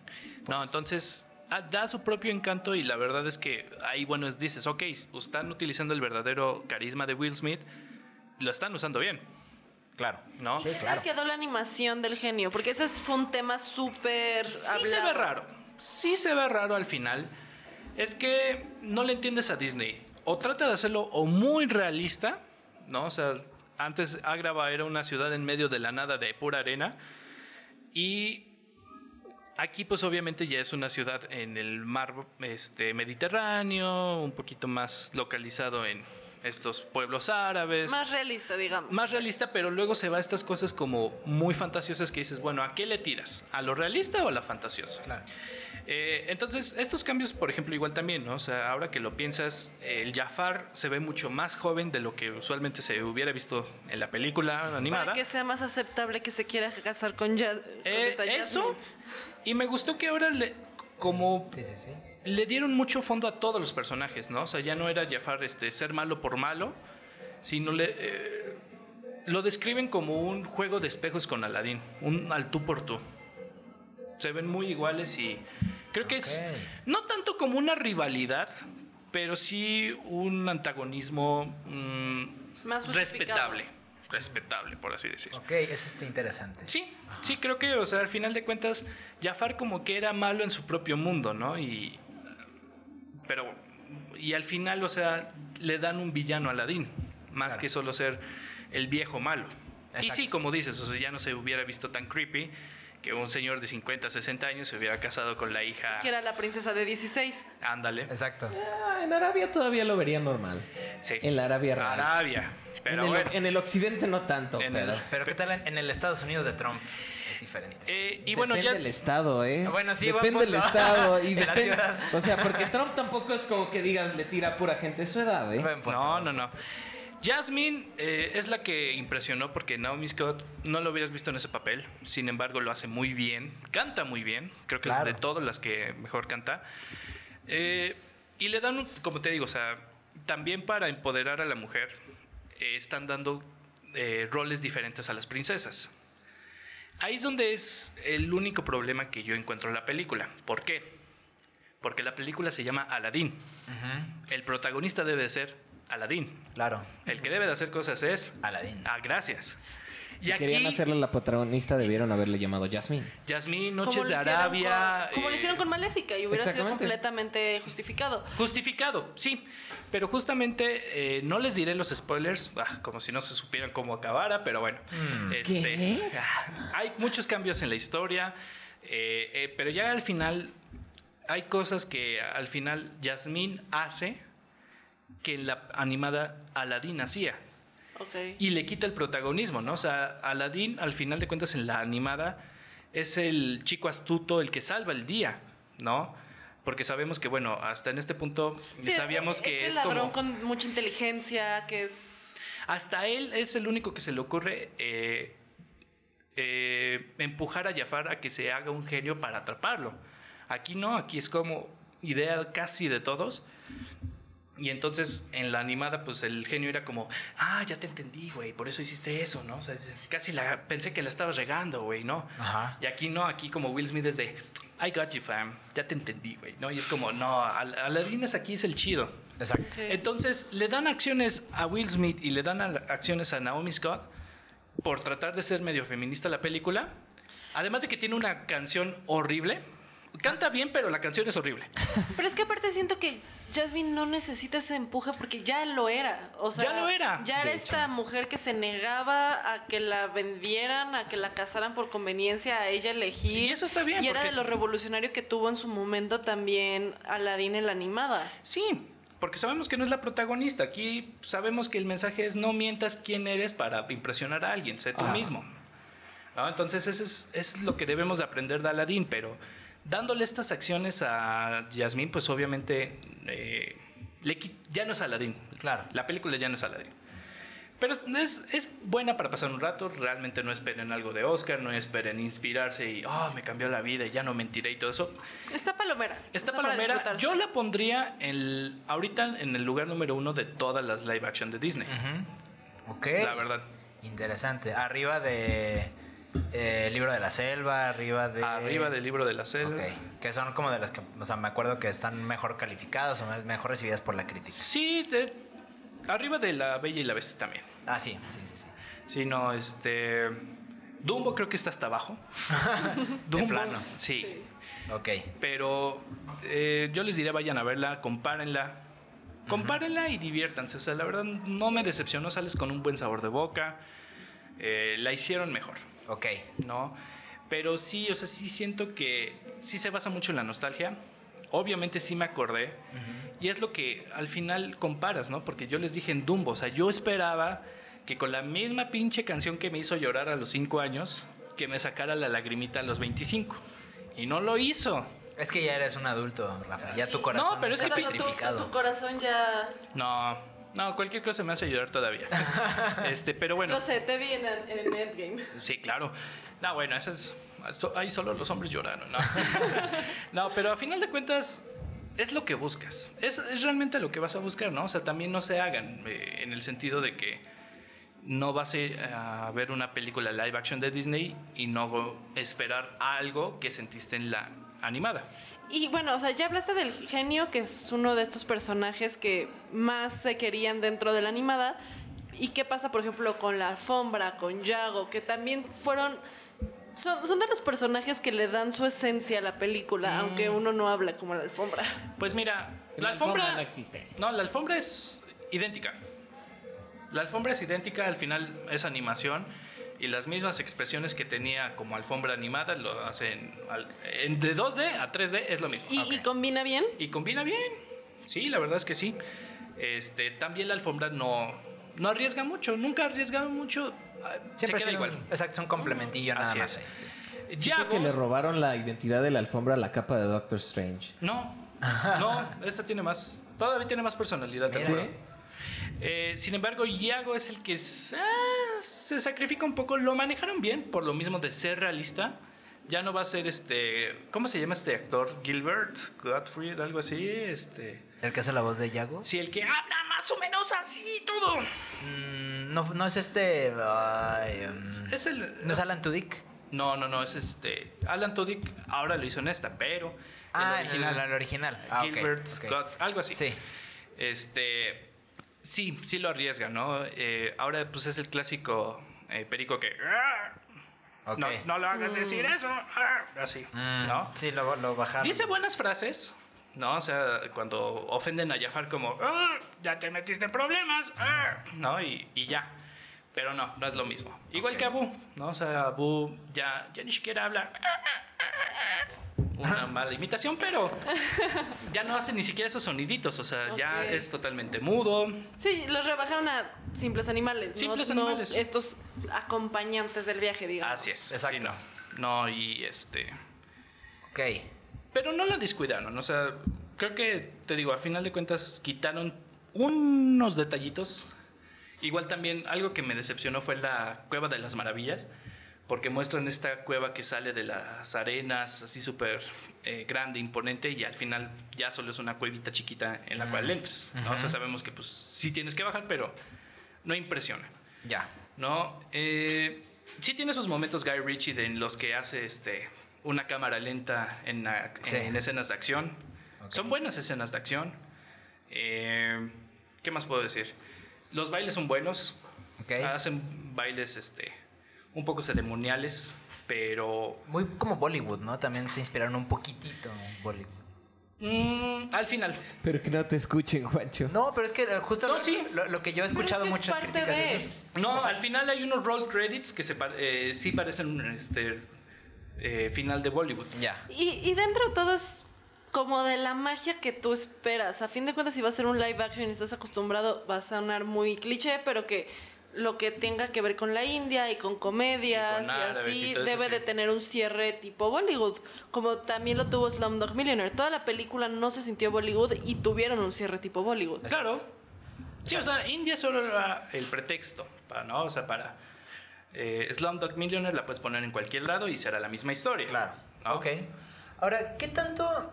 Speaker 5: No, entonces ah, da su propio encanto y la verdad es que ahí, bueno, es- dices, ok, están utilizando el verdadero carisma de Will Smith, lo están usando bien,
Speaker 4: Claro.
Speaker 5: ¿no?
Speaker 4: Sí,
Speaker 6: ¿Qué
Speaker 4: claro.
Speaker 6: tal quedó la animación del genio? Porque ese fue un tema súper
Speaker 5: Sí se ve
Speaker 6: hablado.
Speaker 5: raro. Sí se ve raro al final. Es que no le entiendes a Disney. O trata de hacerlo o muy realista, ¿no? O sea, antes Agrava era una ciudad en medio de la nada de pura arena. Y aquí pues obviamente ya es una ciudad en el mar este, Mediterráneo, un poquito más localizado en estos pueblos árabes
Speaker 6: Más realista, digamos.
Speaker 5: más realista, pero luego se va a estas cosas como muy fantasiosas que dices, bueno, ¿a qué le tiras? ¿A lo realista o a lo fantasioso?
Speaker 4: Claro.
Speaker 5: Eh, entonces, estos cambios, por ejemplo, igual también, ¿no? O sea, ahora que lo piensas, el Jafar se ve mucho más joven de lo que usualmente se hubiera visto en la película
Speaker 6: Para
Speaker 5: animada.
Speaker 6: que sea más aceptable que se quiera casar con, Jazz. con
Speaker 5: Eh,
Speaker 6: esta
Speaker 5: eso,
Speaker 6: Jasmine.
Speaker 5: y me gustó que ahora le, como
Speaker 4: Sí, sí, sí.
Speaker 5: le dieron mucho fondo a todos los personajes, ¿no? O sea, ya no era Jafar este, ser malo por malo, sino le, eh, lo describen como un juego de espejos con Aladdin, un al tú por tú. Se ven muy iguales y creo que es
Speaker 4: Ok.
Speaker 5: no tanto como una rivalidad, pero sí un antagonismo mm,
Speaker 6: Más justificado.
Speaker 5: respetable, respetable por así decir.
Speaker 4: Ok, eso está interesante.
Speaker 5: Sí, sí, creo que, o sea, al final de cuentas, Jafar como que era malo en su propio mundo, ¿no? Y. Pero. Y al final, o sea, le dan un villano a Aladdin, más
Speaker 4: Claro.
Speaker 5: que solo ser el viejo malo. Y sí,
Speaker 4: Exacto.
Speaker 5: como dices, o sea, ya no se hubiera visto tan creepy que un señor de 50, 60 años se hubiera casado con la hija.
Speaker 6: Que era la princesa de 16.
Speaker 5: Ándale.
Speaker 4: Exacto.
Speaker 2: Ah, en Arabia todavía lo vería normal.
Speaker 5: Sí.
Speaker 2: En la Arabia real.
Speaker 5: Arabia. Pero
Speaker 2: en, el,
Speaker 5: bueno.
Speaker 2: en el occidente no tanto,
Speaker 5: En
Speaker 2: pero.
Speaker 5: el-
Speaker 4: Pero ¿qué tal en, en el Estados Unidos de Trump? Es diferente.
Speaker 5: Eh, y bueno,
Speaker 2: depende
Speaker 5: ya.
Speaker 2: del estado, ¿eh?
Speaker 4: Bueno, sí, buen
Speaker 2: Depende del
Speaker 4: punto.
Speaker 2: estado. Y
Speaker 4: *laughs* De la
Speaker 2: depende-
Speaker 4: ciudad.
Speaker 2: O sea, porque Trump tampoco es como que digas le tira a pura gente de su edad, ¿eh?
Speaker 4: Buen punto.
Speaker 5: No, no, no. Jasmine eh, es la que impresionó porque Naomi Scott no lo hubieras visto en ese papel. Sin embargo, lo hace muy bien. Canta muy bien. Creo que
Speaker 4: Claro.
Speaker 5: es de todas las que mejor canta. Eh, y le dan, un- como te digo, o sea, también para empoderar a la mujer, eh, están dando eh, roles diferentes a las princesas. Ahí es donde es el único problema que yo encuentro en la película. ¿Por qué? Porque la película se llama Aladdin.
Speaker 4: Ujú,
Speaker 5: El protagonista debe de ser Aladdin.
Speaker 4: Claro.
Speaker 5: El que debe de hacer cosas es...
Speaker 4: Aladdin.
Speaker 5: Ah, gracias.
Speaker 2: Si querían hacerla la protagonista, debieron haberle llamado Jasmine.
Speaker 5: Yasmín,
Speaker 6: Como
Speaker 5: Noches
Speaker 6: lo
Speaker 5: de
Speaker 6: hicieron
Speaker 5: Arabia.
Speaker 6: con- como lo
Speaker 5: eh,
Speaker 6: hicieron con Maléfica y hubiera sido
Speaker 2: exactamente.
Speaker 6: completamente justificado.
Speaker 5: Justificado, sí. Pero justamente eh, no les diré los spoilers, ah, como si no se supieran cómo acabara, pero bueno.
Speaker 2: Mm.
Speaker 4: Mm.
Speaker 5: Este, ah, hay muchos cambios en la historia, eh, eh, pero ya al final hay cosas que al final Yasmín hace que en la animada Aladdin hacía.
Speaker 6: Ok.
Speaker 5: Y le quita el protagonismo, ¿no? O sea, Aladdin, al final de cuentas, en la animada, es el chico astuto, el que salva el día, ¿no? Porque sabemos que, bueno, hasta en este punto
Speaker 6: Sí,
Speaker 5: sabíamos que
Speaker 6: este
Speaker 5: es
Speaker 6: ladrón
Speaker 5: como...
Speaker 6: con mucha inteligencia, que es...
Speaker 5: Hasta él es el único que se le ocurre eh, eh, empujar a Jafar a que se haga un genio para atraparlo. Aquí no, aquí es como idea casi de todos. Y entonces en la animada, pues el genio era como, ah, ya te entendí, güey, por eso hiciste eso, ¿no? O sea, casi la, pensé que la estabas regando, güey, ¿no?
Speaker 4: Ajá.
Speaker 5: Y aquí no, aquí como Will Smith es de, I got you, fam, ya te entendí, güey, ¿no? Y es como, no, Al- Aladdin es aquí, es el chido.
Speaker 4: Exacto.
Speaker 6: sí.
Speaker 5: Entonces, le dan acciones a Will Smith y le dan a- acciones a Naomi Scott por tratar de ser medio feminista la película. Además de que tiene una canción horrible. Canta bien, pero la canción es horrible.
Speaker 6: Pero es que aparte siento que Jasmine no necesita ese empuje porque ya lo era. O sea,
Speaker 5: Ya lo era,
Speaker 6: Ya era
Speaker 5: de hecho.
Speaker 6: esta mujer que se negaba a que la vendieran, a que la casaran por conveniencia, a ella elegir.
Speaker 5: Y eso está bien,
Speaker 6: Y era
Speaker 5: porque
Speaker 6: de lo
Speaker 5: es-
Speaker 6: revolucionario que tuvo en su momento también Aladdin en la animada.
Speaker 5: Sí, porque sabemos que no es la protagonista. Aquí sabemos que el mensaje es no mientas quién eres para impresionar a alguien, sé tú mismo. ¿No? Entonces, eso es, es lo que debemos de aprender de Aladdin, pero dándole estas acciones a Yasmín, pues obviamente eh, le qui- ya no es Aladdin.
Speaker 4: Claro.
Speaker 5: La película ya no es Aladdin. Pero es, es- es buena para pasar un rato, realmente no esperen algo de Oscar, no esperen inspirarse y, oh, me cambió la vida y ya no mentiré y todo eso.
Speaker 6: Esta palomera.
Speaker 5: Esta
Speaker 6: Está para
Speaker 5: palomera,
Speaker 6: disfrutarse.
Speaker 5: yo la pondría en- ahorita en el lugar número uno de todas las live action de Disney.
Speaker 4: Ujú. Ok.
Speaker 5: La verdad.
Speaker 4: Interesante. Arriba de eh, Libro de la Selva, arriba de...
Speaker 5: Arriba del libro de la selva.
Speaker 4: Ok. Que son como de las que, o sea, me acuerdo que están mejor calificadas o me- mejor recibidas por la crítica.
Speaker 5: Sí, de- arriba de la Bella y la Bestia también.
Speaker 4: Ah, sí, sí, sí, sí.
Speaker 5: Sí, no, este. Dumbo creo que está hasta abajo.
Speaker 4: *laughs* De plano.
Speaker 5: Sí.
Speaker 4: Ok.
Speaker 5: Pero eh, yo les diría, vayan a verla, compárenla. Compárenla y diviértanse. O sea, la verdad no me decepcionó, sales con un buen sabor de boca. Eh, la hicieron mejor.
Speaker 4: Ok.
Speaker 5: ¿no? Pero sí, o sea, sí siento que sí se basa mucho en la nostalgia. Obviamente sí me acordé. Y es lo que al final comparas, ¿no? Porque yo les dije en Dumbo, o sea, yo esperaba que con la misma pinche canción que me hizo llorar a los 5 años, que me sacara la lagrimita a los 25. Y no lo hizo.
Speaker 4: Es que ya eres un adulto, Rafa. Ya tu corazón
Speaker 5: pero es que
Speaker 4: está
Speaker 6: Exacto, tu-
Speaker 4: petrificado.
Speaker 6: Tu corazón ya.
Speaker 5: No, no, cualquier cosa me hace llorar todavía. este, pero bueno.
Speaker 6: No sé, te vi en, en el Endgame.
Speaker 5: Sí, claro. No, bueno, eso es. so- ahí solo los hombres *laughs* lloraron, ¿no? no, pero a final de cuentas, es lo que buscas. Es, es realmente lo que vas a buscar, ¿no? O sea, también no se hagan eh, en el sentido de que no vas a, ir a ver una película live action de Disney y no go- esperar algo que sentiste en la animada.
Speaker 6: Y bueno, o sea, ya hablaste del genio, que es uno de estos personajes que más se querían dentro de la animada. ¿Y qué pasa, por ejemplo, con la alfombra, con Yago, que también fueron... Son, son de los personajes que le dan su esencia a la película, aunque uno no habla como la alfombra.
Speaker 5: Pues mira, la alfombra.
Speaker 2: no existe.
Speaker 5: No, la alfombra es idéntica. La alfombra es idéntica, al final es animación y las mismas expresiones que tenía como alfombra animada lo hacen al- en- de 2D a 3D es lo mismo.
Speaker 6: Y, y combina bien.
Speaker 5: Y combina bien. Sí, la verdad es que sí. Este, también la alfombra no no arriesga mucho, nunca arriesga mucho. ah, se queda
Speaker 4: tiene un-
Speaker 5: igual.
Speaker 4: exacto, es un complementillo nada
Speaker 5: Así
Speaker 4: más.
Speaker 5: es.
Speaker 4: ahí, sí.
Speaker 2: Creo
Speaker 5: Yago-
Speaker 2: que le robaron la identidad de la alfombra a la capa de Doctor Strange.
Speaker 4: *laughs*
Speaker 5: No, no, esta tiene más. Todavía tiene más personalidad, te
Speaker 4: Mira.
Speaker 5: juro. Eh, sin embargo, Iago es el que sa- se sacrifica un poco. Lo manejaron bien, por lo mismo de ser realista. Ya no va a ser este. ¿Cómo se llama este actor? Gilbert, Gottfried, algo así. Este.
Speaker 4: ¿El que hace la voz de Yago?
Speaker 5: Sí, el que habla más o menos así todo.
Speaker 4: Mm, no, no es este. ay, um,
Speaker 5: Es el.
Speaker 4: ¿No es Alan Tudyk?
Speaker 5: No, no, no, es este. Alan Tudyk ahora lo hizo en esta, pero
Speaker 4: Ah,
Speaker 5: el
Speaker 4: en la-
Speaker 5: original.
Speaker 4: la original. Ah, ok,
Speaker 5: Gilbert
Speaker 4: ok.
Speaker 5: Godf- algo así.
Speaker 4: Sí.
Speaker 5: Este, sí, sí lo arriesga, ¿no? Eh, ahora, pues es el clásico eh, perico que. "Ah,
Speaker 4: Ok.
Speaker 5: No, no lo hagas decir eso. ah", Así,
Speaker 4: Mm,
Speaker 5: ¿no?
Speaker 4: Sí, lo, lo bajaron.
Speaker 5: Dice buenas frases, ¿no? O sea, cuando ofenden a Jafar como, "Ah, ya te metiste en problemas, ah", ¿no? Y, y ya. Pero no, no es lo mismo. Igual que Abu, ¿no? O sea, Abu ya, ya ni siquiera habla. Una mala imitación, pero ya no hace ni siquiera esos soniditos. O sea, ya
Speaker 6: Ok.
Speaker 5: es totalmente mudo.
Speaker 6: Sí, los rebajaron a simples animales. no-
Speaker 5: Simples
Speaker 6: no
Speaker 5: animales.
Speaker 6: estos acompañantes del viaje, digamos.
Speaker 5: Así es.
Speaker 4: Exacto.
Speaker 5: Sí, no. No, y este.
Speaker 4: Ok.
Speaker 5: Pero no la descuidaron, o sea, creo que, te digo, a final de cuentas quitaron unos detallitos. Igual también algo que me decepcionó fue la Cueva de las Maravillas, porque muestran esta cueva que sale de las arenas, así súper eh, grande, imponente, y al final ya solo es una cuevita chiquita en la cual entras. ¿no? O sea,
Speaker 4: Ujú.
Speaker 5: sabemos que pues sí tienes que bajar, pero no impresiona.
Speaker 4: Ya.
Speaker 5: ¿no? Eh, sí tiene sus momentos Guy Ritchie de- en los que hace este, una cámara lenta en, la-
Speaker 4: Sí.
Speaker 5: en escenas de acción.
Speaker 4: Ok.
Speaker 5: Son buenas escenas de acción. Eh, ¿Qué más puedo decir? Los bailes son buenos.
Speaker 4: Ok.
Speaker 5: Hacen bailes este, un poco ceremoniales, pero
Speaker 4: Muy como Bollywood, ¿no? También se inspiraron un poquitito en Bollywood.
Speaker 5: mm, al final.
Speaker 2: Pero que no te escuchen, Juancho.
Speaker 4: No, pero es que eh, justo
Speaker 5: No,
Speaker 4: lo,
Speaker 5: sí.
Speaker 4: lo, lo que yo he escuchado
Speaker 6: Pero es que es
Speaker 4: muchas
Speaker 6: parte
Speaker 4: críticas
Speaker 6: de-
Speaker 4: es eso.
Speaker 5: No, al final hay unos roll credits que se pa- eh, sí parecen este, eh, final de Bollywood.
Speaker 4: Ya.
Speaker 6: Y, y dentro de todo es como de la magia que tú esperas. A fin de cuentas, si va a ser un live action y estás acostumbrado, va a sonar muy cliché, pero que lo que tenga que ver con la India y con comedias
Speaker 5: Y
Speaker 6: y,
Speaker 5: con árabes y
Speaker 6: así
Speaker 5: todo eso,
Speaker 6: debe
Speaker 5: sí.
Speaker 6: de tener un cierre tipo Bollywood, como también lo tuvo Slumdog Millionaire. Toda la película no se sintió Bollywood y tuvieron un cierre tipo Bollywood.
Speaker 5: Claro. Sí, o sea, India solo era el pretexto, para, ¿no? O sea, para eh, Slumdog Millionaire la puedes poner en cualquier lado y será la misma historia.
Speaker 4: Claro.
Speaker 5: ¿no?
Speaker 4: Ok. Ahora, ¿qué tanto,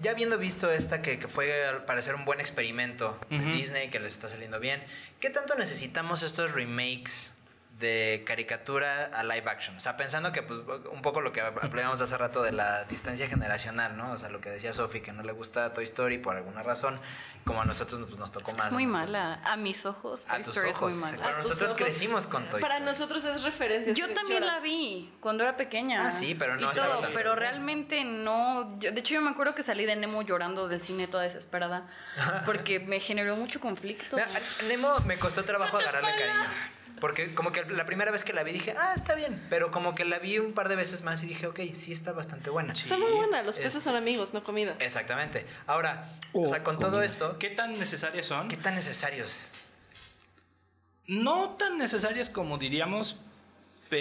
Speaker 4: ya habiendo visto esta que, que fue al parecer un buen experimento de
Speaker 5: Ujú.
Speaker 4: Disney, que les está saliendo bien, ¿qué tanto necesitamos estos remakes de caricatura a live action? O sea, pensando que pues, un poco lo que hablábamos hace rato de la distancia generacional, ¿no? O sea, lo que decía Sophie, que no le gusta Toy Story por alguna razón, como a nosotros pues, nos tocó más.
Speaker 7: Es muy
Speaker 4: ¿no?
Speaker 7: mala. A mis ojos,
Speaker 4: A
Speaker 7: Toy
Speaker 4: tus
Speaker 7: Story
Speaker 4: ojos.
Speaker 7: es muy
Speaker 4: exacto.
Speaker 7: mala.
Speaker 4: Pero
Speaker 6: A tus
Speaker 4: nosotros
Speaker 6: ojos.
Speaker 4: crecimos con Toy
Speaker 6: Para
Speaker 4: Story.
Speaker 6: nosotros es referencia.
Speaker 7: Yo
Speaker 6: sí,
Speaker 7: también
Speaker 6: lloras.
Speaker 7: la vi cuando era pequeña.
Speaker 4: Ah, sí, pero no
Speaker 7: Y
Speaker 4: estaba
Speaker 7: todo,
Speaker 4: tan-
Speaker 7: pero realmente no. yo- de hecho, yo me acuerdo que salí de Nemo llorando del cine toda desesperada porque me generó mucho conflicto.
Speaker 2: Ah,
Speaker 4: Mira, a Nemo me costó trabajo agarrarle cariño. Porque como que la primera vez que la vi dije, ah, está bien. Pero como que la vi un par de veces más y dije, ok, sí está bastante buena.
Speaker 6: Está muy buena, los peces
Speaker 4: es-
Speaker 6: son amigos, no comida.
Speaker 4: Exactamente. Ahora, o sea, con todo esto, ¿qué,
Speaker 5: ¿Qué tan necesarias son?
Speaker 4: qué tan necesarios?
Speaker 5: No tan necesarias como diríamos,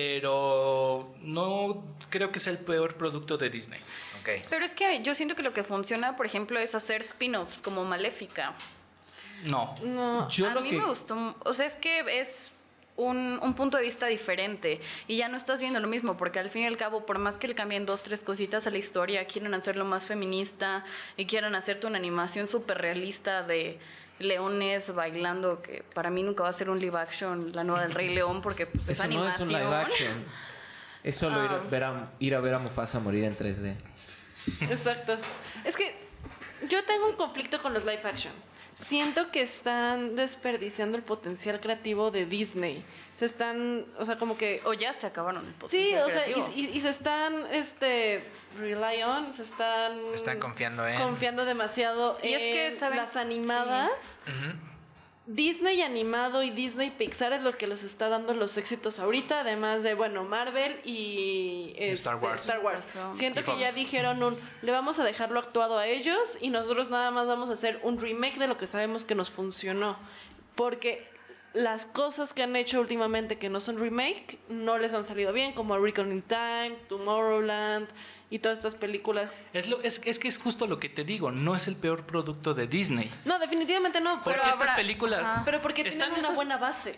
Speaker 5: pero no creo que sea el peor producto de Disney.
Speaker 4: Ok.
Speaker 7: Pero es que yo siento que lo que funciona, por ejemplo, es hacer spin-offs como Maléfica.
Speaker 5: No.
Speaker 6: No,
Speaker 2: Yo
Speaker 7: a
Speaker 2: lo
Speaker 7: mí
Speaker 2: que.
Speaker 7: me gustó, o sea, es que es un, un punto de vista diferente y ya no estás viendo lo mismo, porque al fin y al cabo, por más que le cambien dos, tres cositas a la historia, quieren hacerlo más feminista y quieren hacerte una animación súper realista de leones bailando, que para mí nunca va a ser un live action, la nueva del Rey León, porque pues, es
Speaker 2: Eso no es un
Speaker 7: animación.
Speaker 2: live action. Es solo ir,
Speaker 5: Ah.
Speaker 2: a ver a, ir a ver a Mufasa morir en 3D.
Speaker 6: Exacto. Es que yo tengo un conflicto con los live action. Siento que están desperdiciando el potencial creativo de Disney. Se están, o sea, como que...
Speaker 7: o ya se acabaron. el
Speaker 6: Sí,
Speaker 7: potencial
Speaker 6: o sea, y,
Speaker 7: creativo.
Speaker 6: y- y se están, este, rely on, se están...
Speaker 4: Están confiando en...
Speaker 6: confiando demasiado
Speaker 7: Y
Speaker 6: en
Speaker 7: es que, ¿saben?
Speaker 6: las animadas. Disney animado y Disney Pixar es lo que los está dando los éxitos ahorita, además de, bueno, Marvel y este,
Speaker 5: Star Wars.
Speaker 7: Lucasfilm.
Speaker 6: Siento
Speaker 5: Y
Speaker 6: que
Speaker 5: Fox.
Speaker 6: ya dijeron un, le vamos a dejarlo actuado a ellos y nosotros nada más vamos a hacer un remake de lo que sabemos que nos funcionó. Porque las cosas que han hecho últimamente que no son remake no les han salido bien, como Recon in Time, Tomorrowland y todas estas películas.
Speaker 5: Es, lo, es, es que es justo lo que te digo, no es el peor producto de Disney.
Speaker 6: No, definitivamente no,
Speaker 5: Porque
Speaker 6: pero,
Speaker 5: estas
Speaker 6: habrá-
Speaker 5: películas...
Speaker 7: Ajá.
Speaker 6: pero porque
Speaker 5: Están
Speaker 6: tienen una
Speaker 5: esos-
Speaker 6: buena base.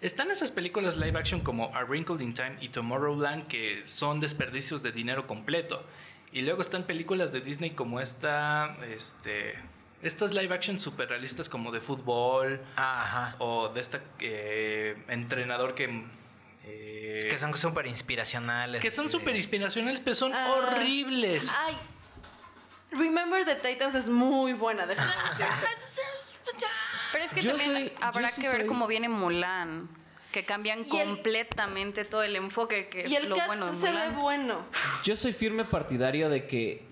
Speaker 5: Están esas películas live action como A Wrinkle in Time y Tomorrowland que son desperdicios de dinero completo. Y luego están películas de Disney como esta, este, estas live action super realistas como de fútbol
Speaker 4: Ajá.
Speaker 5: o de este eh, entrenador que... eh,
Speaker 4: Es que son súper inspiracionales.
Speaker 5: que son
Speaker 4: así de-
Speaker 7: Ah.
Speaker 5: súper inspiracionales, pero son
Speaker 6: Ah.
Speaker 5: horribles.
Speaker 6: Ay, Remember the Titans es muy buena, déjame decirte.
Speaker 7: Pero es que
Speaker 2: Yo
Speaker 7: también
Speaker 2: soy-
Speaker 7: habrá
Speaker 2: yo sí
Speaker 7: que ver
Speaker 2: soy-
Speaker 7: cómo viene Mulan, que
Speaker 6: Y
Speaker 7: cambian
Speaker 6: el-
Speaker 7: completamente todo el enfoque que
Speaker 6: Y
Speaker 7: es
Speaker 6: el
Speaker 7: lo
Speaker 6: cast
Speaker 7: bueno de
Speaker 6: se ve
Speaker 7: Mulan.
Speaker 6: bueno.
Speaker 2: Yo soy firme partidario de que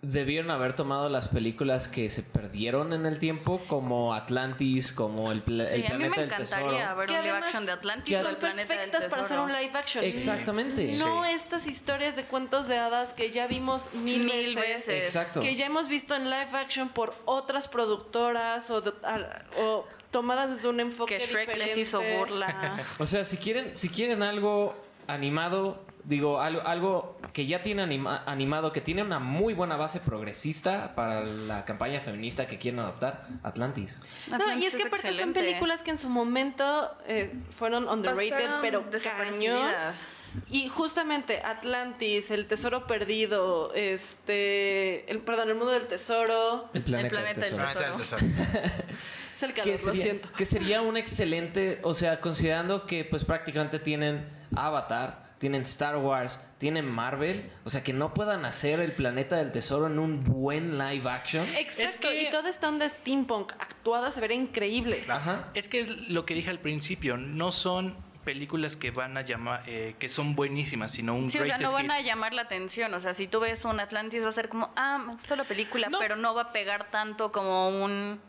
Speaker 2: debieron haber tomado las películas que se perdieron en el tiempo, como Atlantis, como el, pla- el
Speaker 7: Sí, a mí
Speaker 2: planeta
Speaker 7: me
Speaker 2: del
Speaker 7: encantaría
Speaker 2: tesoro.
Speaker 7: ver
Speaker 6: Que
Speaker 7: un live
Speaker 6: además
Speaker 7: action de Atlantis o el
Speaker 6: son
Speaker 7: planeta del
Speaker 6: perfectas para hacer un
Speaker 7: tesoro.
Speaker 6: live action.
Speaker 2: Exactamente.
Speaker 6: No estas historias de cuentos de hadas que ya vimos mil,
Speaker 7: mil veces.
Speaker 2: Exacto.
Speaker 6: Que ya hemos visto en live action por otras productoras o, de- a- o tomadas desde un enfoque
Speaker 7: Que Shrek les hizo
Speaker 6: diferente. *laughs*
Speaker 7: burla.
Speaker 2: O sea, si quieren, si quieren algo animado, digo, algo, algo que ya tiene anima- animado, que tiene una muy buena base progresista para la campaña feminista que quieren adoptar, Atlantis.
Speaker 6: No, y
Speaker 7: Atlantis
Speaker 6: es que aparte son
Speaker 7: excelente. ¿eh?
Speaker 6: películas que en su momento eh, fueron underrated,
Speaker 7: Pasaron
Speaker 6: pero cañón.
Speaker 7: desapercibidas.
Speaker 6: Y justamente Atlantis, El Tesoro Perdido, este, el, perdón, El Mundo del Tesoro,
Speaker 2: El planeta,
Speaker 7: planeta
Speaker 2: del
Speaker 7: del
Speaker 2: tesoro.
Speaker 4: Planeta del
Speaker 7: Tesoro.
Speaker 4: tesoro.
Speaker 6: es el calor,
Speaker 2: que
Speaker 6: lo
Speaker 2: sería,
Speaker 6: siento.
Speaker 2: que sería un excelente, o sea, considerando que pues prácticamente tienen Avatar, tienen Star Wars, tienen Marvel, o sea, que no puedan hacer el planeta del tesoro en un buen live action.
Speaker 6: Exacto,
Speaker 5: que-
Speaker 6: y toda esta onda steampunk actuada se vería increíble.
Speaker 2: Ajá.
Speaker 5: Es que es lo que dije al principio, no son películas que van a llamar, eh, que son buenísimas, sino un
Speaker 7: Sí, o sea,
Speaker 5: greatest
Speaker 7: no van a
Speaker 5: hits.
Speaker 7: llamar la atención. O sea, si tú ves un Atlantis, va a ser como, ah, me gustó la película, pero no va a pegar tanto como un,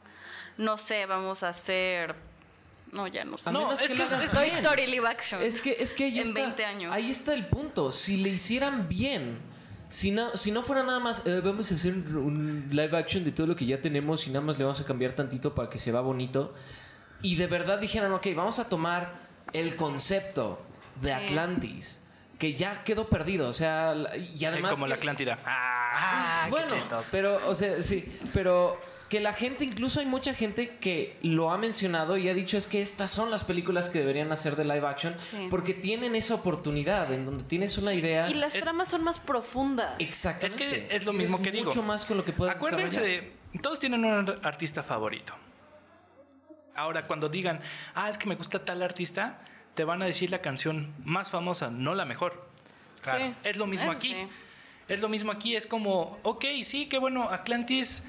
Speaker 7: no sé, vamos a hacer. No, ya no sé.
Speaker 2: A menos
Speaker 5: es
Speaker 2: que
Speaker 5: que
Speaker 2: lo hagas
Speaker 5: es-
Speaker 7: Toy
Speaker 2: bien.
Speaker 7: Story Live Action.
Speaker 2: Es que, es que ahí
Speaker 7: En
Speaker 2: está.
Speaker 7: 20 años.
Speaker 2: Ahí está el punto. Si le hicieran bien. Si no, si no fuera nada más, eh, vamos a hacer un- un live action de todo lo que ya tenemos y nada más le vamos a cambiar tantito para que se vea bonito. Y de verdad dijeran, ok, vamos a tomar el concepto de
Speaker 7: Sí.
Speaker 2: Atlantis, que ya quedó perdido. O sea, la- y
Speaker 5: Eh,
Speaker 2: además.
Speaker 5: como la
Speaker 2: que-
Speaker 5: Atlántida.
Speaker 4: Ah, qué
Speaker 2: bueno,
Speaker 4: chetos.
Speaker 2: pero, o sea, sí, pero que la gente, incluso hay mucha gente que lo ha mencionado y ha dicho es que estas son las películas que deberían hacer de live action
Speaker 7: Sí.
Speaker 2: porque tienen esa oportunidad en donde tienes una idea
Speaker 6: Y las
Speaker 5: Es-
Speaker 6: tramas son más profundas.
Speaker 5: Es
Speaker 2: exactamente.
Speaker 5: que es lo mismo
Speaker 2: Tienes
Speaker 5: que digo.
Speaker 2: Mucho más con lo que puedes
Speaker 5: Acuérdense,
Speaker 2: desarrollar.
Speaker 5: de- todos tienen un ar- artista favorito. Ahora, cuando digan, ah, es que me gusta tal artista, te van a decir la canción más famosa, no la mejor.
Speaker 4: Claro.
Speaker 6: Sí.
Speaker 5: Es lo mismo
Speaker 7: Eso
Speaker 5: aquí.
Speaker 7: sí.
Speaker 5: Es lo mismo aquí. Es como, ok, sí, qué bueno. Atlantis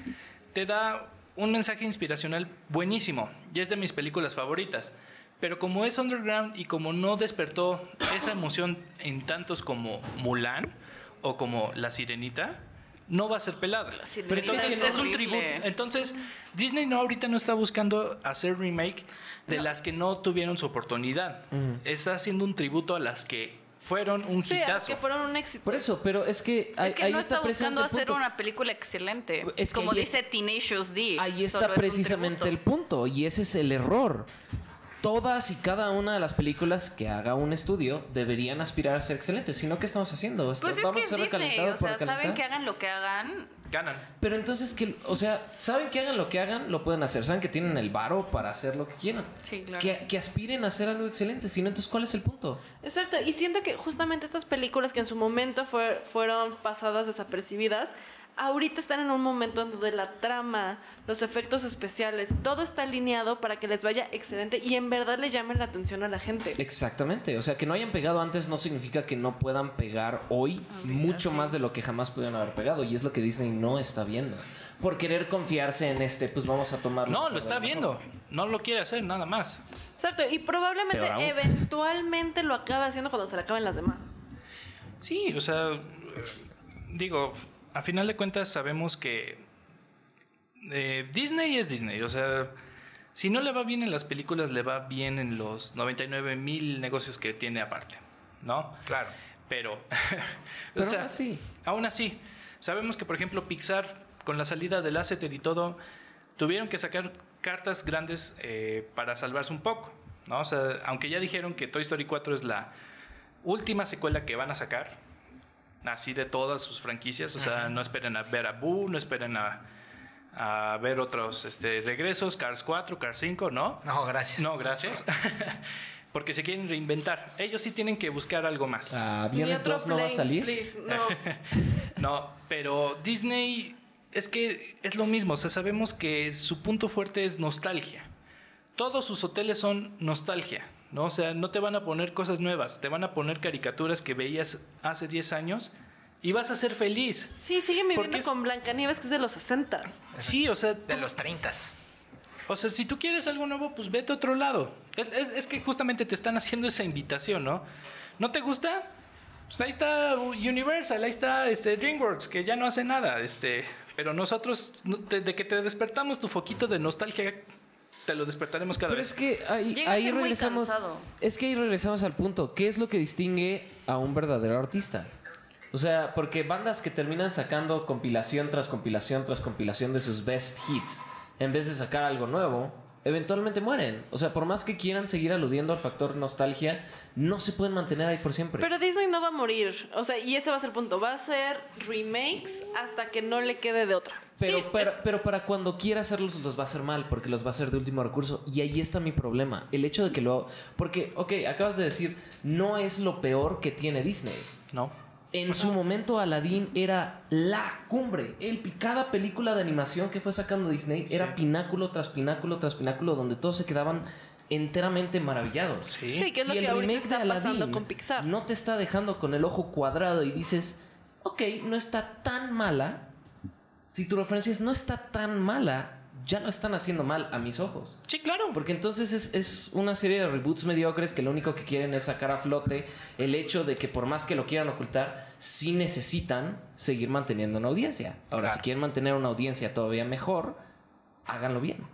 Speaker 5: te da un mensaje inspiracional buenísimo. Y es de mis películas favoritas. Pero como es underground y como no despertó esa emoción en tantos como Mulan o como La Sirenita, no va a ser pelada.
Speaker 7: Sirenita
Speaker 5: Pero entonces
Speaker 7: es
Speaker 5: es un tributo.
Speaker 7: horrible.
Speaker 5: Entonces, Disney no ahorita no está buscando hacer remake de las que no tuvieron su oportunidad. Está haciendo un tributo a las que fueron un
Speaker 6: Sí, a las
Speaker 5: hitazo.
Speaker 6: que fueron un éxito.
Speaker 2: Por eso, pero es que ahí,
Speaker 7: Es que
Speaker 2: ahí
Speaker 7: no está,
Speaker 2: precisamente
Speaker 7: buscando
Speaker 2: el
Speaker 7: hacer
Speaker 2: punto.
Speaker 7: una película excelente.
Speaker 2: Es que
Speaker 7: como
Speaker 2: ahí
Speaker 7: dice Tenacious D.
Speaker 2: Ahí
Speaker 7: solo es
Speaker 2: está
Speaker 7: un
Speaker 2: precisamente el
Speaker 7: tributo.
Speaker 2: punto y ese es el error. Todas y cada una de las películas que haga un estudio deberían aspirar a ser excelentes, sino ¿qué estamos haciendo? Este,
Speaker 7: Pues es
Speaker 2: Vamos
Speaker 7: que
Speaker 2: a ser
Speaker 7: es Disney.
Speaker 2: recalentados
Speaker 7: O
Speaker 2: por
Speaker 7: sea, saben
Speaker 2: recalentar.
Speaker 7: que hagan lo que hagan.
Speaker 5: Ganan.
Speaker 2: Pero entonces que, o sea, saben que hagan lo que hagan, lo pueden hacer, saben que tienen el varo para hacer lo que quieran.
Speaker 7: Sí, claro.
Speaker 2: Que, que aspiren a hacer algo excelente, si no, entonces ¿cuál es el punto?
Speaker 6: Exacto, y siento que justamente estas películas que en su momento fue- fueron pasadas desapercibidas, ahorita están en un momento en donde la trama, los efectos especiales, todo está alineado para que les vaya excelente y en verdad le llamen la atención a la gente.
Speaker 2: Exactamente, o sea, que no hayan pegado antes no significa que no puedan pegar hoy
Speaker 6: Ah,
Speaker 2: mucho más de lo que jamás pudieron haber pegado y es lo que Disney no está viendo. Por querer confiarse en este, pues vamos a tomarlo.
Speaker 5: No, lo está viendo. No lo quiere hacer, nada más.
Speaker 6: Exacto, y probablemente
Speaker 2: Peor aún.
Speaker 6: eventualmente lo acabe haciendo cuando se le acaben las demás.
Speaker 5: Sí, o sea, eh, digo, a final de cuentas sabemos que eh, Disney es Disney. O sea, si no le va bien en las películas, le va bien en los 99 mil negocios que tiene aparte, ¿no?
Speaker 4: Claro.
Speaker 5: Pero, *laughs*
Speaker 2: Pero
Speaker 5: o sea,
Speaker 2: aún así.
Speaker 5: aún así, sabemos que por ejemplo Pixar, con la salida del Lasseter y todo, tuvieron que sacar cartas grandes eh, para salvarse un poco, ¿no? O sea, aunque ya dijeron que Toy Story 4 es la última secuela que van a sacar, así de todas sus franquicias, o sea, no esperen a ver a Boo, no esperen a, a ver otros este, regresos, Cars 4, Cars 5, ¿no?
Speaker 4: No, gracias.
Speaker 5: No, gracias. *laughs* Porque se quieren reinventar. Ellos sí tienen que buscar algo más.
Speaker 2: Ah,
Speaker 6: Ni
Speaker 2: Aviones 2 no va a
Speaker 6: Planes,
Speaker 2: salir.
Speaker 6: please, no.
Speaker 5: No, pero Disney es que es lo mismo. O sea, sabemos que su punto fuerte es nostalgia. Todos sus hoteles son nostalgia, ¿no? O sea, no te van a poner cosas nuevas, te van a poner caricaturas que veías hace 10 años Y vas a ser feliz.
Speaker 6: Sí, siguen viviendo
Speaker 5: es-
Speaker 6: con Blancanieves, que es de los 60
Speaker 5: Sí, o sea,
Speaker 4: De los 30.
Speaker 5: O sea, si tú quieres algo nuevo, pues vete a otro lado. Es, es- es que justamente te están haciendo esa invitación, ¿no? ¿No te gusta? Pues ahí está Universal, ahí está este, DreamWorks, que ya no hace nada. Este, pero nosotros, no- te- de que te despertamos tu foquito de nostalgia, te lo despertaremos cada
Speaker 2: Pero
Speaker 5: vez.
Speaker 2: es que ahí,
Speaker 7: Llega a
Speaker 2: ahí
Speaker 7: ser muy
Speaker 2: regresamos.
Speaker 7: cansado.
Speaker 2: Es que ahí regresamos al punto. ¿Qué es lo que distingue a un verdadero artista? O sea, porque bandas que terminan sacando compilación tras compilación tras compilación de sus best hits, en vez de sacar algo nuevo, eventualmente mueren. O sea, por más que quieran seguir aludiendo al factor nostalgia, no se pueden mantener ahí por siempre.
Speaker 6: Pero Disney no va a morir. O sea, y ese va a ser el punto. Va a ser remakes hasta que no le quede de otra.
Speaker 2: Pero, pero, pero para cuando quiera hacerlos los va a hacer mal, porque los va a hacer de último recurso. Y ahí está mi problema. El hecho de que lo... Porque, ok, acabas de decir, no es lo peor que tiene Disney.
Speaker 5: No.
Speaker 2: En su momento Aladdin era la cumbre. El, cada película de animación que fue sacando Disney era pináculo tras pináculo tras pináculo donde todos se quedaban enteramente maravillados.
Speaker 5: Sí.
Speaker 6: Sí, que es
Speaker 2: Si
Speaker 6: lo
Speaker 2: el
Speaker 6: que ahorita
Speaker 2: remake de
Speaker 6: está pasando
Speaker 2: Aladdin
Speaker 6: con Pixar.
Speaker 2: No te está dejando con el ojo cuadrado y dices, ok, no está tan mala. Si tu referencia es no está tan mala, ya lo están haciendo mal a mis ojos.
Speaker 5: Sí, claro.
Speaker 2: Porque entonces es, es una serie de reboots mediocres que lo único que quieren es sacar a flote el hecho de que por más que lo quieran ocultar, sí necesitan seguir manteniendo una audiencia. Ahora,
Speaker 4: Claro.
Speaker 2: si quieren mantener una audiencia todavía mejor, háganlo bien.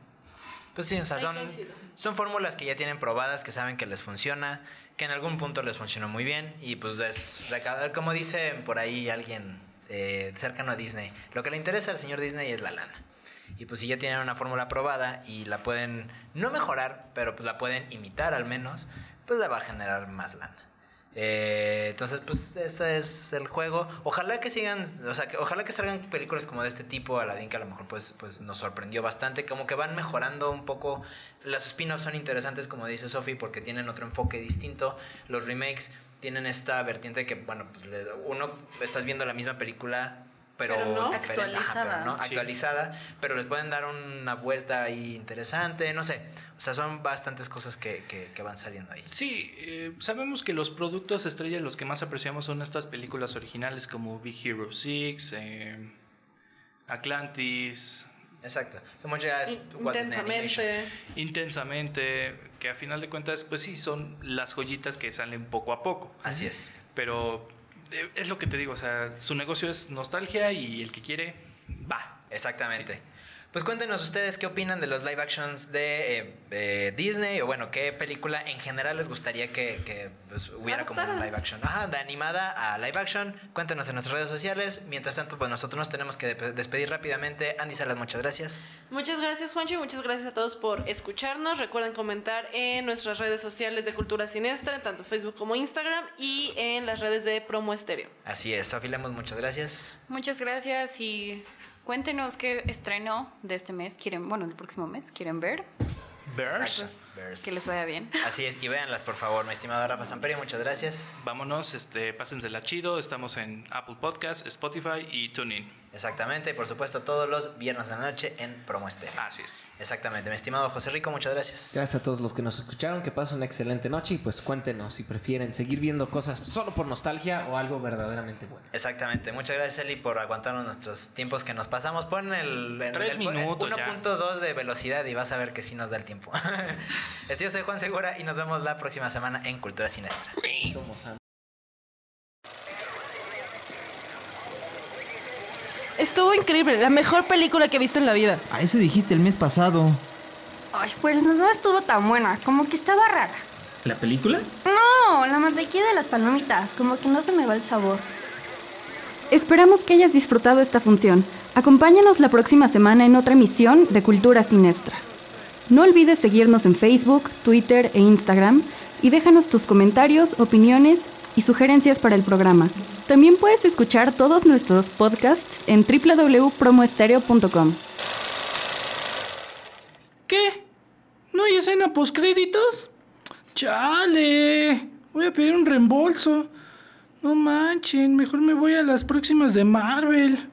Speaker 4: Pues sí, o sea,
Speaker 6: Ahí
Speaker 4: son,
Speaker 6: coincido.
Speaker 4: son fórmulas que ya tienen probadas, que saben que les funciona, que en algún punto les funcionó muy bien. Y pues es, de cada- como dice por ahí alguien eh, cercano a Disney, lo que le interesa al señor Disney es la lana. Y pues si ya tienen una fórmula probada y la pueden, no mejorar, pero pues la pueden imitar al menos, pues la va a generar más lana. Eh, entonces, pues ese es el juego. Ojalá que sigan, o sea, que- ojalá que salgan películas como de este tipo, Aladdin, que a lo mejor pues, pues nos sorprendió bastante, como que van mejorando un poco. Las spin-offs son interesantes, como dice Sophie, porque tienen otro enfoque distinto. Los remakes tienen esta vertiente que, bueno, pues, le- uno estás viendo la misma película, pero,
Speaker 6: Pero no.
Speaker 4: diferente, ajá, pero
Speaker 7: Actualizada.
Speaker 4: no,
Speaker 5: Sí.
Speaker 4: actualizada, pero les pueden dar una vuelta ahí interesante, no sé. O sea, son bastantes cosas que, que- que van saliendo ahí.
Speaker 5: Sí, eh, sabemos que los productos estrellas los que más apreciamos son estas películas originales como Big Hero 6, eh, Atlantis,
Speaker 4: Exacto. Como ya es Walt Disney Animation.
Speaker 6: Intensamente.
Speaker 5: intensamente, que a final de cuentas, pues sí, son las joyitas que salen poco a poco.
Speaker 4: Así es.
Speaker 5: Pero eh, es lo que te digo, o sea, su negocio es nostalgia y el que quiere, va.
Speaker 4: Exactamente. Pues cuéntenos ustedes qué opinan de los live actions de eh, eh, Disney o bueno, qué película en general les gustaría que, que, pues, hubiera como un
Speaker 6: Adaptaran.
Speaker 4: live action. Ajá, de animada a live action. Cuéntenos en nuestras redes sociales. Mientras tanto, pues nosotros nos tenemos que de- despedir rápidamente. Andy Salas, muchas gracias.
Speaker 6: Muchas gracias, Juancho, y muchas gracias a todos por escucharnos. Recuerden comentar en nuestras redes sociales de Cultura Siniestra, en tanto Facebook como Instagram, y en las redes de Promo Estéreo.
Speaker 4: Así es, Sofi Lemos, muchas gracias.
Speaker 7: Muchas gracias y cuéntenos qué estreno de este mes quieren, bueno, el próximo mes quieren ver.
Speaker 5: Bears.
Speaker 4: Exacto. Bears.
Speaker 7: Que les vaya bien. *laughs*
Speaker 4: Así es, y véanlas por favor, mi estimado Rafa Samperi, muchas gracias.
Speaker 5: Vámonos, este, pásensela chido. Estamos en Apple Podcast, Spotify y TuneIn.
Speaker 4: Exactamente, y por supuesto todos los viernes de la noche en Promo Estéreo.
Speaker 5: Así es.
Speaker 4: Exactamente, mi estimado José Rico, muchas gracias.
Speaker 2: Gracias a todos los que nos escucharon, que pasen una excelente noche y pues cuéntenos si prefieren seguir viendo cosas solo por nostalgia o algo verdaderamente bueno.
Speaker 4: Exactamente, muchas gracias Eli por aguantarnos nuestros tiempos que nos pasamos. Pon el, en
Speaker 5: Tres
Speaker 4: el- en
Speaker 5: minutos ya.
Speaker 4: 1.2 de velocidad y vas a ver que sí nos da el tiempo. *laughs* Este, Yo soy Juan Segura y nos vemos la próxima semana en Cultura Siniestra.
Speaker 2: Somos am-
Speaker 6: Estuvo increíble, la mejor película que he visto en la vida.
Speaker 3: A eso dijiste el mes pasado.
Speaker 8: Ay, pues no estuvo tan buena, como que estaba rara.
Speaker 9: ¿La película?
Speaker 8: No, la mantequilla de las palomitas, como que no se me va el sabor.
Speaker 1: Esperamos que hayas disfrutado esta función. Acompáñanos la próxima semana en otra emisión de Cultura Siniestra. No olvides seguirnos en Facebook, Twitter e Instagram y déjanos tus comentarios, opiniones y sugerencias para el programa. También puedes escuchar todos nuestros podcasts en www.promoestereo.com.
Speaker 9: ¿Qué? ¿No hay escena postcréditos? ¡Chale! Voy a pedir un reembolso. No manchen, mejor me voy a las próximas de Marvel.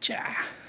Speaker 9: Cha.